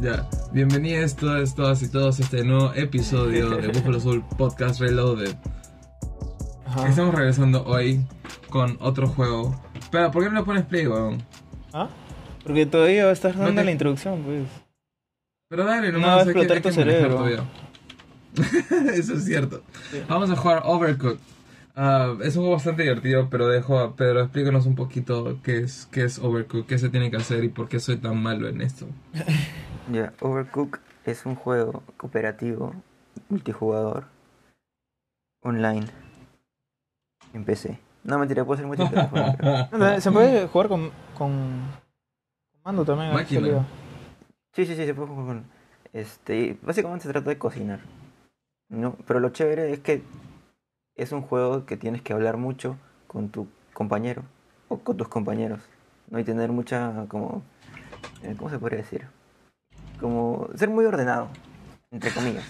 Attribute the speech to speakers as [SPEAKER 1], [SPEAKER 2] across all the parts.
[SPEAKER 1] Ya, bienvenidos todas, todas y todos a este nuevo episodio de Búfalo Azul Podcast Reloaded.
[SPEAKER 2] Ajá.
[SPEAKER 1] Estamos regresando hoy con otro juego. Pero, ¿por qué no le pones play, weón?
[SPEAKER 2] ¿Ah? Porque todavía estás dando
[SPEAKER 1] te-
[SPEAKER 2] la introducción, pues.
[SPEAKER 1] Pero dale,
[SPEAKER 2] No,
[SPEAKER 1] nomás,
[SPEAKER 2] va a
[SPEAKER 1] hay que-
[SPEAKER 2] explotar
[SPEAKER 1] hay que
[SPEAKER 2] tu
[SPEAKER 1] manejar
[SPEAKER 2] cerebro.
[SPEAKER 1] todavía. Eso es cierto.
[SPEAKER 2] Sí.
[SPEAKER 1] Vamos a jugar Overcooked. Ah, es un juego bastante divertido, pero dejo a Pedro, explícanos un poquito qué es, qué es Overcooked, qué se tiene que hacer y por qué soy tan malo en esto.
[SPEAKER 3] Ya, Overcook es un juego cooperativo, multijugador, online, en PC. No, mentira, puede ser multiplataforma. creo.
[SPEAKER 2] Anda, Se puede jugar con, con mando también. a ver si
[SPEAKER 1] Máquina.
[SPEAKER 2] salió.
[SPEAKER 3] Sí, sí, sí, se puede jugar con... Este, básicamente se trata de cocinar. ¿no? Pero lo chévere es que es un juego que tienes que hablar mucho con tu compañero o con tus compañeros. ¿no? Y tener mucha, como... eh, ¿Cómo se podría decir? Como ser muy ordenado, entre comillas.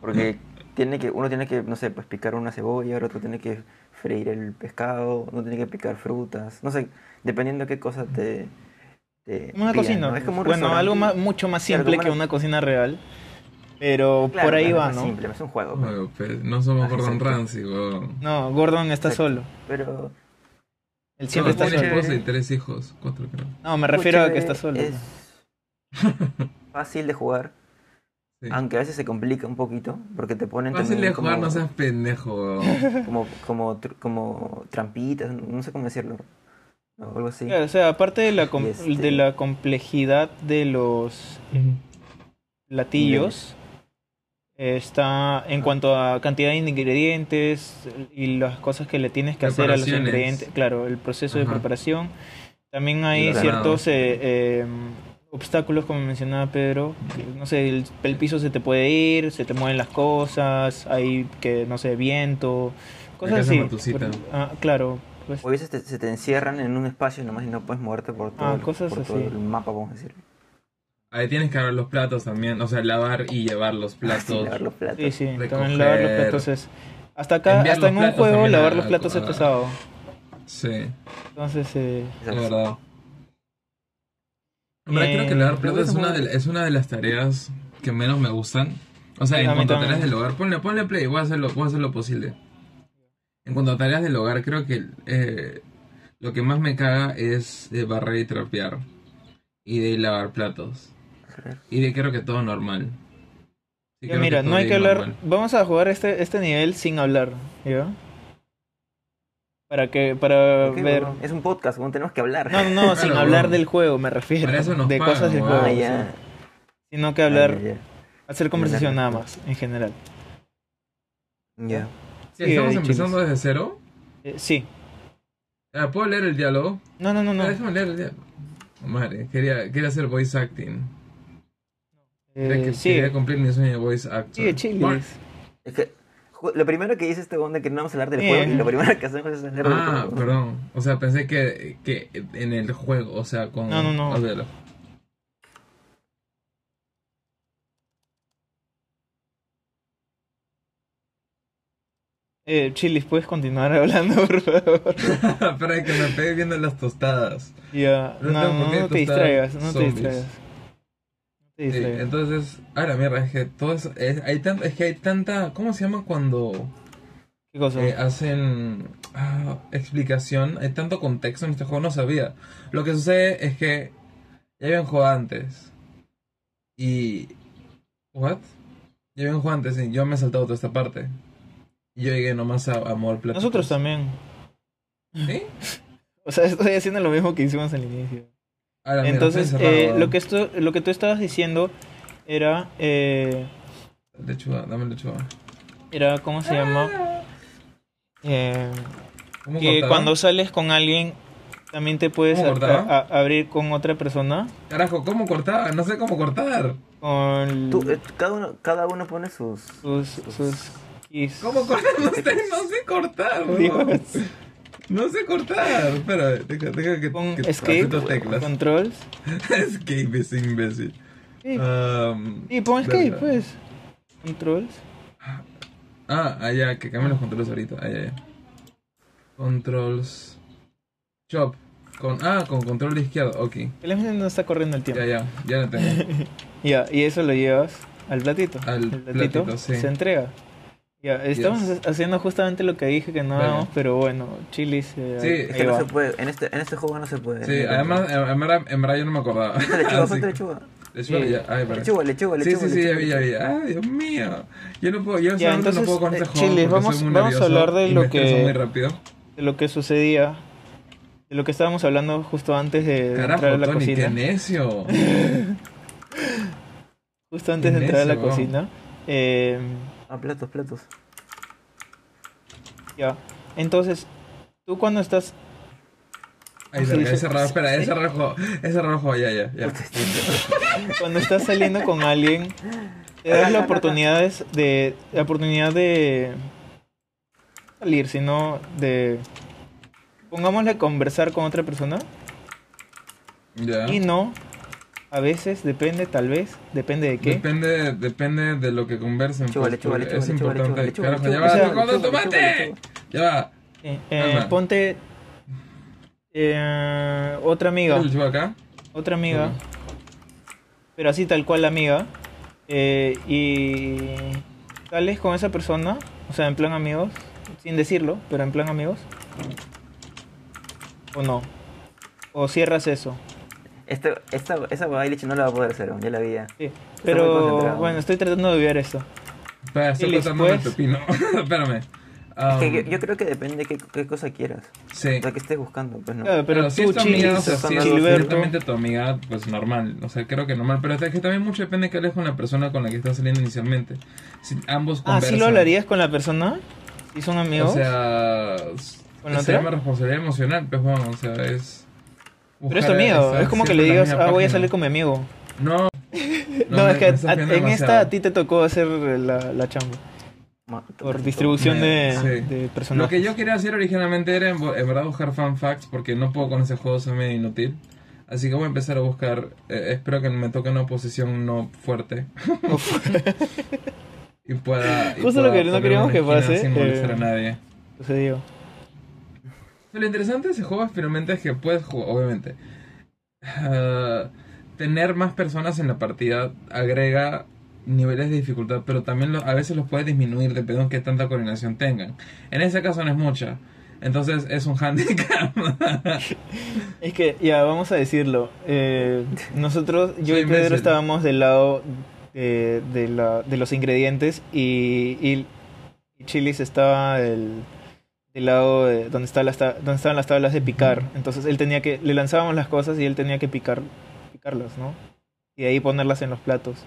[SPEAKER 3] Porque tiene que, uno tiene que, no sé, pues picar una cebolla, el otro tiene que freír el pescado, uno tiene que picar frutas, no sé, dependiendo qué cosa te... te
[SPEAKER 2] Una
[SPEAKER 3] pidan,
[SPEAKER 2] cocina.
[SPEAKER 3] ¿no? Es como un
[SPEAKER 2] bueno, algo más,
[SPEAKER 3] restaurante.
[SPEAKER 2] mucho más
[SPEAKER 3] Claro,
[SPEAKER 2] simple
[SPEAKER 3] como
[SPEAKER 2] que
[SPEAKER 3] una-
[SPEAKER 2] una cocina real. Pero
[SPEAKER 3] Claro,
[SPEAKER 2] por ahí
[SPEAKER 3] claro,
[SPEAKER 2] va,
[SPEAKER 3] es
[SPEAKER 2] ¿no?
[SPEAKER 3] simple, es un juego. pues.
[SPEAKER 1] Bueno, pues, no somos
[SPEAKER 3] Ah,
[SPEAKER 1] Gordon
[SPEAKER 3] exacto.
[SPEAKER 1] Ramsay, weón.
[SPEAKER 2] No, Gordon está
[SPEAKER 3] Exacto.
[SPEAKER 2] solo.
[SPEAKER 3] Pero
[SPEAKER 2] Él siempre
[SPEAKER 1] Solo
[SPEAKER 2] está
[SPEAKER 1] tiene
[SPEAKER 2] solo.
[SPEAKER 1] esposa y tres hijos, cuatro creo.
[SPEAKER 2] No, me refiero a que
[SPEAKER 3] chévere,
[SPEAKER 2] está solo.
[SPEAKER 3] Es fácil de jugar,
[SPEAKER 1] Sí.
[SPEAKER 3] aunque a veces se complica un poquito, porque te ponen
[SPEAKER 1] Fácil
[SPEAKER 3] también
[SPEAKER 1] de jugar,
[SPEAKER 3] como,
[SPEAKER 1] no seas pendejo, weón.
[SPEAKER 3] como, como, tr- como trampitas, no sé cómo decirlo. O algo así.
[SPEAKER 2] Claro, o sea, aparte de la, com-
[SPEAKER 3] Y este-
[SPEAKER 2] de la complejidad de los platillos eh, está
[SPEAKER 1] Ah.
[SPEAKER 2] en cuanto a cantidad de ingredientes y las cosas que le tienes que hacer a los
[SPEAKER 1] Preparaciones.
[SPEAKER 2] ingredientes, claro, el proceso de
[SPEAKER 1] Ajá.
[SPEAKER 2] preparación. También hay
[SPEAKER 3] Claro.
[SPEAKER 2] ciertos eh, eh, obstáculos, como mencionaba Pedro, que, no sé, el, el piso se te puede ir, se te mueven las cosas, hay que, no sé, viento, cosas
[SPEAKER 1] casa
[SPEAKER 2] así.
[SPEAKER 1] Matusita.
[SPEAKER 2] Por- ah, claro, pues,
[SPEAKER 3] O a veces te- se te encierran en un espacio nomás y no puedes moverte por todo,
[SPEAKER 2] Ah,
[SPEAKER 3] el,
[SPEAKER 2] cosas
[SPEAKER 3] por todo
[SPEAKER 2] así.
[SPEAKER 3] el mapa, vamos a decir.
[SPEAKER 1] Ahí tienes que lavar los platos también, o sea, lavar y llevar
[SPEAKER 2] Ah,
[SPEAKER 1] los
[SPEAKER 3] Sin
[SPEAKER 1] platos.
[SPEAKER 3] lavar los platos.
[SPEAKER 2] sí, sí, también
[SPEAKER 1] recoger.
[SPEAKER 2] lavar los platos es... Hasta acá,
[SPEAKER 1] Enviar
[SPEAKER 2] hasta
[SPEAKER 1] los
[SPEAKER 2] en un
[SPEAKER 1] platos
[SPEAKER 2] juego,
[SPEAKER 1] también a-
[SPEAKER 2] lavar los platos es
[SPEAKER 1] a-
[SPEAKER 2] pesado.
[SPEAKER 1] Sí,
[SPEAKER 2] Entonces, eh,
[SPEAKER 1] es
[SPEAKER 3] Exacto.
[SPEAKER 1] verdad. En verdad
[SPEAKER 2] Eh,
[SPEAKER 1] creo que lavar
[SPEAKER 3] pero
[SPEAKER 1] platos es
[SPEAKER 3] bueno,
[SPEAKER 1] una, de, la- es una de las tareas que menos me gustan. O sea,
[SPEAKER 2] Sí, a
[SPEAKER 1] en
[SPEAKER 2] mí
[SPEAKER 1] cuanto a
[SPEAKER 2] también.
[SPEAKER 1] tareas del hogar, ponle, ponle play, voy a, hacer lo, voy a hacer lo posible. En cuanto a tareas del hogar, creo que eh, lo que más me caga es eh, barrer y trapear. Y de lavar platos. Y de creo que todo normal. Sí,
[SPEAKER 2] Ya,
[SPEAKER 1] creo
[SPEAKER 2] mira,
[SPEAKER 1] todo
[SPEAKER 2] no hay
[SPEAKER 1] bien
[SPEAKER 2] que hablar.
[SPEAKER 1] normal.
[SPEAKER 2] Vamos a jugar este, este nivel sin hablar, ¿ya? Para que, para
[SPEAKER 3] Ok,
[SPEAKER 2] ver.
[SPEAKER 3] bueno, es un podcast, bueno, tenemos que hablar.
[SPEAKER 2] No, no, no, sin
[SPEAKER 1] Claro,
[SPEAKER 2] hablar
[SPEAKER 1] weón.
[SPEAKER 2] del juego, me refiero.
[SPEAKER 1] Para eso nos
[SPEAKER 2] de
[SPEAKER 1] pagan,
[SPEAKER 2] cosas del
[SPEAKER 1] weón.
[SPEAKER 2] juego.
[SPEAKER 3] Ah,
[SPEAKER 1] no,
[SPEAKER 3] ya.
[SPEAKER 2] sí. Sino que hablar,
[SPEAKER 3] Ah, ya,
[SPEAKER 2] hacer conversación nada
[SPEAKER 3] Hablar.
[SPEAKER 2] más, en general.
[SPEAKER 3] ya. Ya.
[SPEAKER 1] Sí,
[SPEAKER 2] Sí,
[SPEAKER 1] estamos
[SPEAKER 2] ahí,
[SPEAKER 1] empezando
[SPEAKER 2] chinos.
[SPEAKER 1] desde cero.
[SPEAKER 2] Eh, sí.
[SPEAKER 1] Ah, ¿Puedo leer el diálogo?
[SPEAKER 2] No, no, no, no.
[SPEAKER 1] Ah, déjame leer el diálogo. Madre, quería, quería hacer voice acting. Quería,
[SPEAKER 2] Eh,
[SPEAKER 1] que-
[SPEAKER 2] sí,
[SPEAKER 1] quería cumplir mi sueño de voice actor.
[SPEAKER 2] sí, chill.
[SPEAKER 1] Bueno,
[SPEAKER 3] Es que ju- lo primero que dice este onda que no vamos a hablar del
[SPEAKER 2] Eh.
[SPEAKER 3] juego y lo primero que hacemos es hablar del
[SPEAKER 1] Ah,
[SPEAKER 3] juego.
[SPEAKER 1] perdón. O sea, pensé que, que en el juego, o sea, con...
[SPEAKER 2] No, no, no.
[SPEAKER 1] o sea, lo-
[SPEAKER 2] Eh, Chilis, puedes continuar hablando, por favor.
[SPEAKER 1] Para que me pegue viendo las tostadas.
[SPEAKER 2] Ya,
[SPEAKER 1] Pero
[SPEAKER 2] no,
[SPEAKER 1] no, ¿por
[SPEAKER 2] no,
[SPEAKER 1] qué
[SPEAKER 2] no te
[SPEAKER 1] tú estás
[SPEAKER 2] distraigas, no te
[SPEAKER 1] zombies? Eh,
[SPEAKER 2] distraigas. No te
[SPEAKER 1] Sí,
[SPEAKER 2] distraigas.
[SPEAKER 1] entonces, ah, la mierda, es que todo eso... Es, hay tan- es que hay tanta... ¿Cómo se llama cuando
[SPEAKER 2] ¿Qué cosa?
[SPEAKER 1] eh, hacen ah, explicación? Hay tanto contexto en este juego, no sabía. Lo que sucede es que ya había un juego antes. Y... ¿What? Ya había un juego antes y yo me he saltado toda esta parte. Y yo llegué nomás a, a mover platos.
[SPEAKER 2] Nosotros también.
[SPEAKER 1] ¿Sí?
[SPEAKER 2] O sea, estoy haciendo lo mismo que hicimos al inicio.
[SPEAKER 1] A la mierda,
[SPEAKER 2] Entonces,
[SPEAKER 1] estoy encerrado,
[SPEAKER 2] eh,
[SPEAKER 1] weón.
[SPEAKER 2] lo, que esto, lo que tú estabas diciendo era, eh,
[SPEAKER 1] Lechuga, dame lechuga.
[SPEAKER 2] era ¿cómo se llama? Eh,
[SPEAKER 1] Ah. ¿Cómo
[SPEAKER 2] que
[SPEAKER 1] cortaba?
[SPEAKER 2] cuando sales con alguien, también te puedes
[SPEAKER 1] ¿Cómo
[SPEAKER 2] a-
[SPEAKER 1] cortaba?
[SPEAKER 2] a- abrir con otra persona.
[SPEAKER 1] Carajo, ¿cómo cortaba? No sé cómo cortar.
[SPEAKER 2] Con
[SPEAKER 3] Tú, eh, tú- cada, uno, cada uno pone sus...
[SPEAKER 2] sus, sus keys.
[SPEAKER 1] ¿Cómo cortar? No sé, no sé cortar, weón.
[SPEAKER 2] Dios.
[SPEAKER 1] No sé cortar. Espera, deja, deja que,
[SPEAKER 2] Con
[SPEAKER 1] que
[SPEAKER 2] escape,
[SPEAKER 1] aprieto teclas.
[SPEAKER 2] controls.
[SPEAKER 1] escape es imbécil.
[SPEAKER 2] Sí,
[SPEAKER 1] Am,
[SPEAKER 2] sí, pon escape,
[SPEAKER 1] Ah. verga.
[SPEAKER 2] pues. Controls.
[SPEAKER 1] Ah, allá, Ah, que cambien los controles ahorita. Allá, allá. Controls. Chop. Con, ah, con control izquierdo, ok.
[SPEAKER 2] El M no está corriendo el tiempo.
[SPEAKER 1] Ya, ya, ya lo tengo.
[SPEAKER 2] Ya, y eso lo llevas al platito.
[SPEAKER 1] Al
[SPEAKER 2] El platito,
[SPEAKER 1] platito, sí.
[SPEAKER 2] se entrega. Ya, estamos
[SPEAKER 1] Yes.
[SPEAKER 2] haciendo justamente lo que dije que no
[SPEAKER 1] Vale.
[SPEAKER 2] hagamos, pero bueno, chilis. eh,
[SPEAKER 1] Sí,
[SPEAKER 2] ahí
[SPEAKER 1] es
[SPEAKER 3] Es que no
[SPEAKER 2] va.
[SPEAKER 3] se puede, en este, en este juego no se puede.
[SPEAKER 1] Sí, además, en en verdad, en verdad yo no me acordaba.
[SPEAKER 3] Falta lechuga,
[SPEAKER 1] Ah, sí.
[SPEAKER 3] falta lechuga.
[SPEAKER 1] Lechuga,
[SPEAKER 2] Sí.
[SPEAKER 1] ya, ay, perdón.
[SPEAKER 3] Lechuga, lechuga,
[SPEAKER 1] Sí,
[SPEAKER 3] lechuga.
[SPEAKER 1] sí, sí, ya vi, ya
[SPEAKER 3] lechuga.
[SPEAKER 1] vi. Ay, Dios mío. Yo no puedo, yo
[SPEAKER 2] Ya,
[SPEAKER 1] solamente no
[SPEAKER 2] entonces,
[SPEAKER 1] puedo con este
[SPEAKER 2] eh,
[SPEAKER 1] juego
[SPEAKER 2] Chile,
[SPEAKER 1] porque
[SPEAKER 2] vamos-
[SPEAKER 1] soy muy
[SPEAKER 2] vamos a
[SPEAKER 1] nervioso
[SPEAKER 2] hablar de
[SPEAKER 1] y
[SPEAKER 2] lo
[SPEAKER 1] me estreso
[SPEAKER 2] que-
[SPEAKER 1] muy rápido.
[SPEAKER 2] de lo que sucedía, de lo que estábamos hablando justo antes de, de entrar a
[SPEAKER 1] Carajo,
[SPEAKER 2] eh, la
[SPEAKER 1] Tony, qué
[SPEAKER 2] cocina.
[SPEAKER 1] necio.
[SPEAKER 2] Justo antes
[SPEAKER 1] qué
[SPEAKER 2] de entrar a la
[SPEAKER 1] necio, weón.
[SPEAKER 2] cocina. eh,
[SPEAKER 3] Ah, platos, platos.
[SPEAKER 2] ya. Entonces, tú cuando estás.
[SPEAKER 1] Ay,
[SPEAKER 2] Sí,
[SPEAKER 1] verga,
[SPEAKER 2] sí.
[SPEAKER 1] ese raro, espera, ese rojo, ese rojo, ya, ya, ya.
[SPEAKER 2] Cuando estás saliendo con alguien, te das la oportunidad de. La oportunidad de salir, sino de. Pongámosle conversar con otra persona.
[SPEAKER 1] Ya.
[SPEAKER 2] Y no. A veces depende, tal vez, depende de qué.
[SPEAKER 1] Depende, depende de lo que conversen.
[SPEAKER 3] Lechuga,
[SPEAKER 1] pues,
[SPEAKER 3] lechuga,
[SPEAKER 1] porque
[SPEAKER 3] lechuga,
[SPEAKER 1] es
[SPEAKER 3] lechuga,
[SPEAKER 1] importante.
[SPEAKER 3] lechuga,
[SPEAKER 1] Carajo,
[SPEAKER 3] lechuga,
[SPEAKER 1] ya va,
[SPEAKER 2] lechuga,
[SPEAKER 1] estoy comiendo
[SPEAKER 3] lechuga,
[SPEAKER 1] tomate.
[SPEAKER 3] lechuga.
[SPEAKER 1] Ya va.
[SPEAKER 2] Eh, eh,
[SPEAKER 1] Calma.
[SPEAKER 2] ponte. eh, otra amiga.
[SPEAKER 1] ¿Tienes lechuga acá?
[SPEAKER 2] Otra amiga.
[SPEAKER 1] Ujú.
[SPEAKER 2] Pero así tal cual la amiga. eh, y sales con esa persona, o sea, en plan amigos, sin decirlo, pero en plan amigos. O no. O cierras eso.
[SPEAKER 3] Esta, Este, esta, esa baile no la va a poder hacer, ya la vi ya.
[SPEAKER 2] Sí.
[SPEAKER 3] muy
[SPEAKER 2] Pero
[SPEAKER 3] concentrado.
[SPEAKER 2] bueno, estoy tratando de obviar esto.
[SPEAKER 1] Espera, estoy
[SPEAKER 2] Y
[SPEAKER 1] cortando el
[SPEAKER 2] después-
[SPEAKER 1] pepino. Espérame.
[SPEAKER 3] Es que
[SPEAKER 1] Um,
[SPEAKER 3] yo, yo creo que depende de qué, qué cosa quieras.
[SPEAKER 1] Sí.
[SPEAKER 3] O sea, que estés buscando, pues no.
[SPEAKER 2] Claro, pero
[SPEAKER 1] Claro, si
[SPEAKER 2] tú,
[SPEAKER 1] es tu amiga, o
[SPEAKER 2] Chilis,
[SPEAKER 1] sea, si es
[SPEAKER 3] Chiliberto.
[SPEAKER 1] directamente tu amiga, pues normal. O sea, creo que normal. Pero es que también mucho depende de qué hables con la persona con la que estás saliendo inicialmente. Si ambos
[SPEAKER 2] Ah,
[SPEAKER 1] conversan.
[SPEAKER 2] ¿sí lo hablarías con la persona? Si son amigos.
[SPEAKER 1] O sea,
[SPEAKER 2] ¿Con la
[SPEAKER 1] se llama
[SPEAKER 2] otra?
[SPEAKER 1] responsabilidad emocional, pues bueno, o sea, es...
[SPEAKER 2] pero es tu
[SPEAKER 1] buscar
[SPEAKER 2] amigo.
[SPEAKER 1] estar
[SPEAKER 2] Es como que le
[SPEAKER 1] siempre en la
[SPEAKER 2] digas, ah,
[SPEAKER 1] misma
[SPEAKER 2] voy a
[SPEAKER 1] página.
[SPEAKER 2] salir con mi amigo.
[SPEAKER 1] No.
[SPEAKER 2] No,
[SPEAKER 1] me-
[SPEAKER 2] es que
[SPEAKER 1] me
[SPEAKER 2] a-
[SPEAKER 1] estás
[SPEAKER 2] en
[SPEAKER 1] pidiendo
[SPEAKER 2] esta
[SPEAKER 1] demasiado.
[SPEAKER 2] a ti te tocó hacer la, la chamba.
[SPEAKER 3] Ma-
[SPEAKER 2] Por distribución de,
[SPEAKER 1] Eh, Sí.
[SPEAKER 2] de
[SPEAKER 1] Lo
[SPEAKER 2] personajes.
[SPEAKER 1] que yo quería hacer originalmente era en, bo- en verdad buscar fan facts porque no puedo con ese juego, soy medio inútil. Así que voy a empezar a buscar. eh, espero que me toque una posición no fuerte. y pueda. y
[SPEAKER 2] Justo lo
[SPEAKER 1] pueda
[SPEAKER 2] que no
[SPEAKER 1] poner
[SPEAKER 2] queríamos
[SPEAKER 1] una
[SPEAKER 2] que
[SPEAKER 1] esquina
[SPEAKER 2] pase,
[SPEAKER 1] Sin molestar
[SPEAKER 2] eh,
[SPEAKER 1] a nadie.
[SPEAKER 2] Entonces digo,
[SPEAKER 1] Lo interesante de ese juego finalmente es que puedes jugar, obviamente. ah, tener más personas en la partida agrega niveles de dificultad, pero también lo- a veces los puedes disminuir dependiendo de qué tanta coordinación tengan. En ese caso no es mucha. Entonces es un handicap.
[SPEAKER 2] Es que, ya, vamos a decirlo. eh, nosotros, yo
[SPEAKER 1] Soy
[SPEAKER 2] y Pedro
[SPEAKER 1] imbécil.
[SPEAKER 2] estábamos del lado de, de la- de los ingredientes y, y, y Chilis estaba del, del lado de donde, está las ta- donde estaban las tablas de picar. Entonces él tenía que, le lanzábamos las cosas y él tenía que picar, picarlas, ¿no? Y de ahí ponerlas en los platos.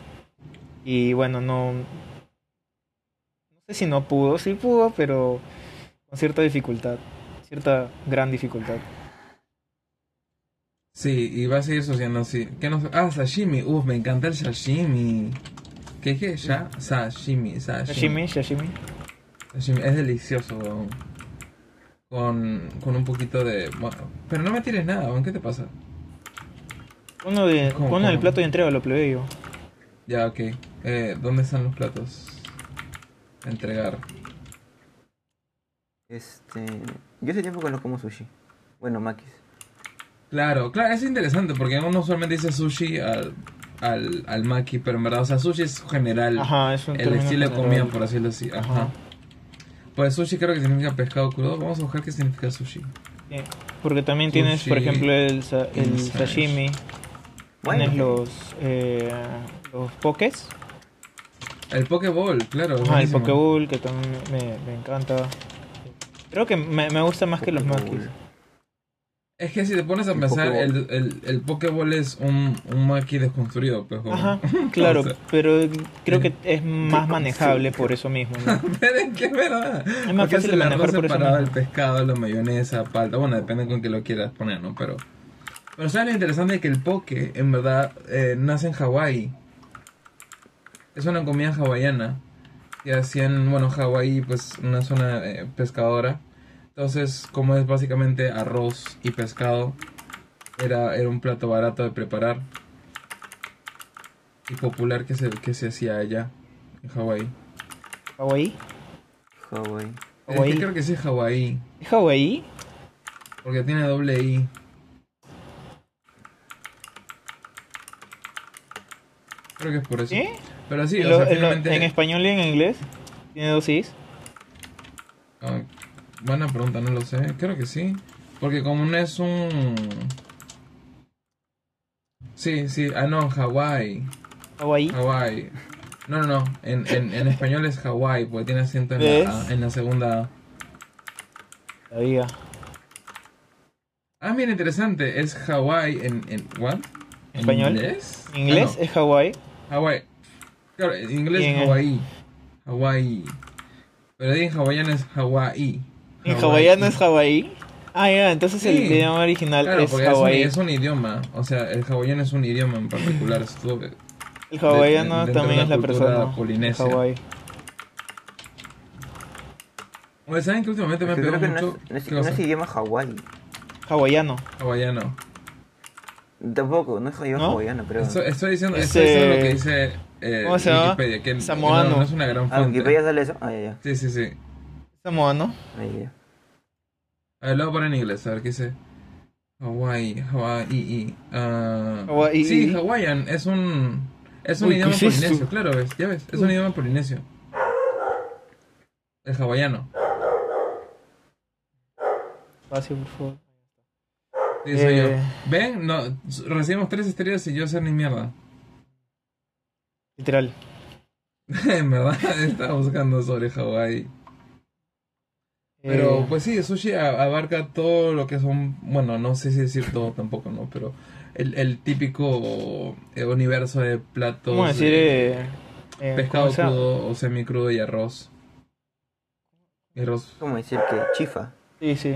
[SPEAKER 2] Y bueno, no... No sé si no pudo, sí pudo, pero con cierta dificultad, cierta gran dificultad.
[SPEAKER 1] sí, y va a seguir sucediendo así. ¿Qué nos... Ah, sashimi. Uf, me encanta el sashimi. ¿Qué dije? Ya, sashimi,
[SPEAKER 2] Sashimi, sashimi.
[SPEAKER 1] Sashimi, Es delicioso, weón. Con, con un poquito de... bueno, pero no me tires nada, weón, ¿qué te pasa?
[SPEAKER 2] Uno de,
[SPEAKER 1] ¿Cómo,
[SPEAKER 2] ponlo en el
[SPEAKER 1] cómo?
[SPEAKER 2] plato y entrégalo, plebeyo.
[SPEAKER 1] Ya, ok. Eh, ¿Dónde están los platos? Entregar.
[SPEAKER 3] Este, yo hace tiempo que no como sushi. Bueno, maquis.
[SPEAKER 1] Claro, claro, es interesante porque uno usualmente dice sushi al, al, al maki, pero en verdad, o sea, sushi es general.
[SPEAKER 2] Ajá, es un
[SPEAKER 1] el
[SPEAKER 2] término
[SPEAKER 1] estilo de
[SPEAKER 2] general.
[SPEAKER 1] comida, por decirlo así. Ajá.
[SPEAKER 2] Ajá.
[SPEAKER 1] Pues sushi creo que significa pescado crudo. Vamos a buscar qué significa sushi.
[SPEAKER 2] Sí, Porque también tienes, por
[SPEAKER 1] Sushi
[SPEAKER 2] ejemplo, el, sa- el
[SPEAKER 1] inside.
[SPEAKER 2] sashimi.
[SPEAKER 3] Bueno.
[SPEAKER 2] Tienes los, eh, los pokés.
[SPEAKER 1] El pokeball, claro.
[SPEAKER 2] Ajá, el
[SPEAKER 1] buenísimo.
[SPEAKER 2] pokeball, que también me, me encanta. Creo que me, me gusta más que los
[SPEAKER 3] Pokeball.
[SPEAKER 2] makis.
[SPEAKER 1] Es que si te pones a
[SPEAKER 3] El
[SPEAKER 1] pensar, el,
[SPEAKER 3] pokeball.
[SPEAKER 1] el, el pokeball es un, un maki desconstruido, pues. como-
[SPEAKER 2] Ajá, claro,
[SPEAKER 1] O sea,
[SPEAKER 2] pero creo que es más manejable por eso mismo. ¿no?
[SPEAKER 1] Pero es que es verdad.
[SPEAKER 2] Es más
[SPEAKER 1] Porque
[SPEAKER 2] fácil
[SPEAKER 1] es el
[SPEAKER 2] de manejar
[SPEAKER 1] arroz
[SPEAKER 2] por eso
[SPEAKER 1] separado, el
[SPEAKER 2] mismo.
[SPEAKER 1] pescado, la mayonesa, palta. Bueno, depende con que lo quieras poner, ¿no? Pero. Pero sabes lo interesante que el poke, en verdad, eh, nace en Hawái. Es una comida hawaiana. Que hacían, bueno, Hawái, pues, una zona eh, pescadora. Entonces, como es básicamente arroz y pescado, era, era un plato barato de preparar. Y popular que se, que se hacía allá, en Hawái.
[SPEAKER 2] ¿Hawái?
[SPEAKER 3] Hawái.
[SPEAKER 1] Es Eh, que
[SPEAKER 2] ¿Hawái?
[SPEAKER 1] creo que sí es Hawái,
[SPEAKER 2] ¿Es Hawái?
[SPEAKER 1] porque tiene doble I. Creo que es por eso.
[SPEAKER 2] ¿Sí?
[SPEAKER 1] Pero sí,
[SPEAKER 2] Lo-
[SPEAKER 1] o sea,
[SPEAKER 2] ¿Eh? en lo-
[SPEAKER 1] finalmente-
[SPEAKER 2] ¿En español y en inglés? ¿Tiene dos is?
[SPEAKER 1] Ah, buena pregunta, no lo sé. Creo que sí. Porque como no es un... Sí, sí. Ah, no, Hawái.
[SPEAKER 2] Hawaii.
[SPEAKER 1] Ah. Hawái. No, no, no. En, en, en español es Hawái, porque tiene acento en
[SPEAKER 2] ¿Ves?
[SPEAKER 1] la, en la segunda A.
[SPEAKER 2] Todavía.
[SPEAKER 1] Ah, mira, interesante. Es Hawái en... en ¿What? ¿En
[SPEAKER 2] ¿Español?
[SPEAKER 1] inglés?
[SPEAKER 2] En inglés
[SPEAKER 1] Ah,
[SPEAKER 2] es Hawaii.
[SPEAKER 1] no. Hawái. Claro, en inglés
[SPEAKER 2] Y en-
[SPEAKER 1] es Hawái. Hawái. Pero ahí en hawaiano es Hawái.
[SPEAKER 2] En
[SPEAKER 1] Hawái.
[SPEAKER 2] hawaiano es Hawaii. Ah, ya, entonces
[SPEAKER 1] Sí.
[SPEAKER 2] el idioma original
[SPEAKER 1] Claro,
[SPEAKER 2] es
[SPEAKER 1] porque es un,
[SPEAKER 2] Hawaii.
[SPEAKER 1] es un idioma. O sea, el hawaiano es un idioma en particular. es todo-
[SPEAKER 2] El hawaiano
[SPEAKER 1] de- dentro
[SPEAKER 2] también
[SPEAKER 1] de
[SPEAKER 2] es
[SPEAKER 1] la
[SPEAKER 2] la
[SPEAKER 1] cultura
[SPEAKER 2] persona.
[SPEAKER 1] polinesia.
[SPEAKER 2] Hawaii.
[SPEAKER 1] Oye, ¿saben que últimamente me
[SPEAKER 3] Porque
[SPEAKER 1] pegó
[SPEAKER 3] creo que no
[SPEAKER 1] mucho?
[SPEAKER 3] es, no es-
[SPEAKER 1] ¿Qué
[SPEAKER 3] no es
[SPEAKER 1] cosa?
[SPEAKER 3] idioma hawaiano.
[SPEAKER 2] Hawaiano.
[SPEAKER 1] Hawaiano.
[SPEAKER 3] Tampoco, no es idioma
[SPEAKER 2] ¿No?
[SPEAKER 3] hawaiano, pero.
[SPEAKER 1] Estoy, estoy diciendo,
[SPEAKER 2] Es,
[SPEAKER 1] estoy diciendo lo que
[SPEAKER 2] eh,
[SPEAKER 1] dice eh,
[SPEAKER 2] ¿cómo se llama?
[SPEAKER 1] Wikipedia, que
[SPEAKER 2] Samoano.
[SPEAKER 1] No, no es una gran
[SPEAKER 3] Ah,
[SPEAKER 1] fuente.
[SPEAKER 3] Wikipedia sale eso. Ah, ya, ya.
[SPEAKER 1] Sí, sí, sí.
[SPEAKER 2] Samoano.
[SPEAKER 3] Ah, ya, ya.
[SPEAKER 1] A ver, lo voy a poner en inglés, a ver qué dice. Hawaii, Hawaii, ah,
[SPEAKER 2] Hawaii.
[SPEAKER 1] Sí, Hawaiian es un. Es un
[SPEAKER 2] Uy, ¿qué
[SPEAKER 1] idioma
[SPEAKER 2] es esto?
[SPEAKER 1] polinesio, claro, ves, ya ves, es un idioma polinesio. El hawaiano.
[SPEAKER 2] Espacio, por favor.
[SPEAKER 1] Sí, soy
[SPEAKER 2] Eh.
[SPEAKER 1] yo. ¿Ven? No, recibimos tres estrellas y yo hacer ni mierda.
[SPEAKER 2] Literal.
[SPEAKER 1] en verdad, estaba buscando sobre Hawái. Pero
[SPEAKER 2] Eh,
[SPEAKER 1] pues sí, sushi a- abarca todo lo que son, bueno, no sé si decir todo tampoco, ¿no? Pero el, el típico eh, universo de platos
[SPEAKER 2] ¿Cómo decir?
[SPEAKER 1] de
[SPEAKER 2] eh, eh,
[SPEAKER 1] pescado
[SPEAKER 2] ¿cómo se llama?
[SPEAKER 1] crudo o semicrudo y arroz. Y arroz.
[SPEAKER 3] ¿Cómo decir que chifa?
[SPEAKER 2] Sí, sí.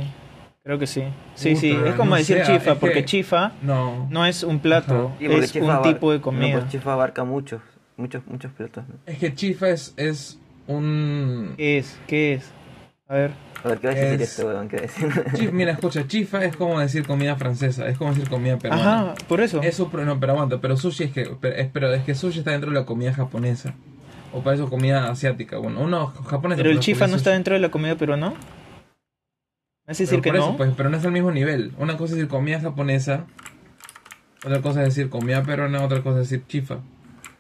[SPEAKER 2] Creo que sí. Sí,
[SPEAKER 1] Puta,
[SPEAKER 2] sí. Es como
[SPEAKER 1] no
[SPEAKER 2] decir
[SPEAKER 1] sea,
[SPEAKER 2] chifa,
[SPEAKER 1] es
[SPEAKER 2] porque
[SPEAKER 1] que-
[SPEAKER 2] chifa
[SPEAKER 1] No.
[SPEAKER 2] no es un plato,
[SPEAKER 1] Ajá.
[SPEAKER 3] Sí, porque
[SPEAKER 2] es
[SPEAKER 3] chifa
[SPEAKER 2] un
[SPEAKER 3] abar-
[SPEAKER 2] tipo de
[SPEAKER 3] No,
[SPEAKER 2] comida.
[SPEAKER 3] pues chifa abarca muchos, muchos, muchos platos. ¿no?
[SPEAKER 1] Es que chifa es, es un...
[SPEAKER 2] ¿Qué es? ¿Qué es? A ver.
[SPEAKER 3] A ver, ¿qué va a decir
[SPEAKER 1] Es-
[SPEAKER 3] este weón? ¿Qué va a decir?
[SPEAKER 1] Chif- mira, escucha, chifa es como decir comida francesa, es como decir comida peruana.
[SPEAKER 2] Ajá, por eso.
[SPEAKER 1] Eso, pero no, pero aguanta, pero sushi es que, pero es, pero es que sushi está dentro de la comida japonesa. O para eso comida asiática. Bueno, uno japonés.
[SPEAKER 2] Pero el chifa no está dentro de la comida peruana. ¿Me hace decir que no?
[SPEAKER 1] pues, pero no es al mismo nivel. Una cosa es decir comida japonesa, otra cosa es decir comida peruana, otra cosa es decir chifa.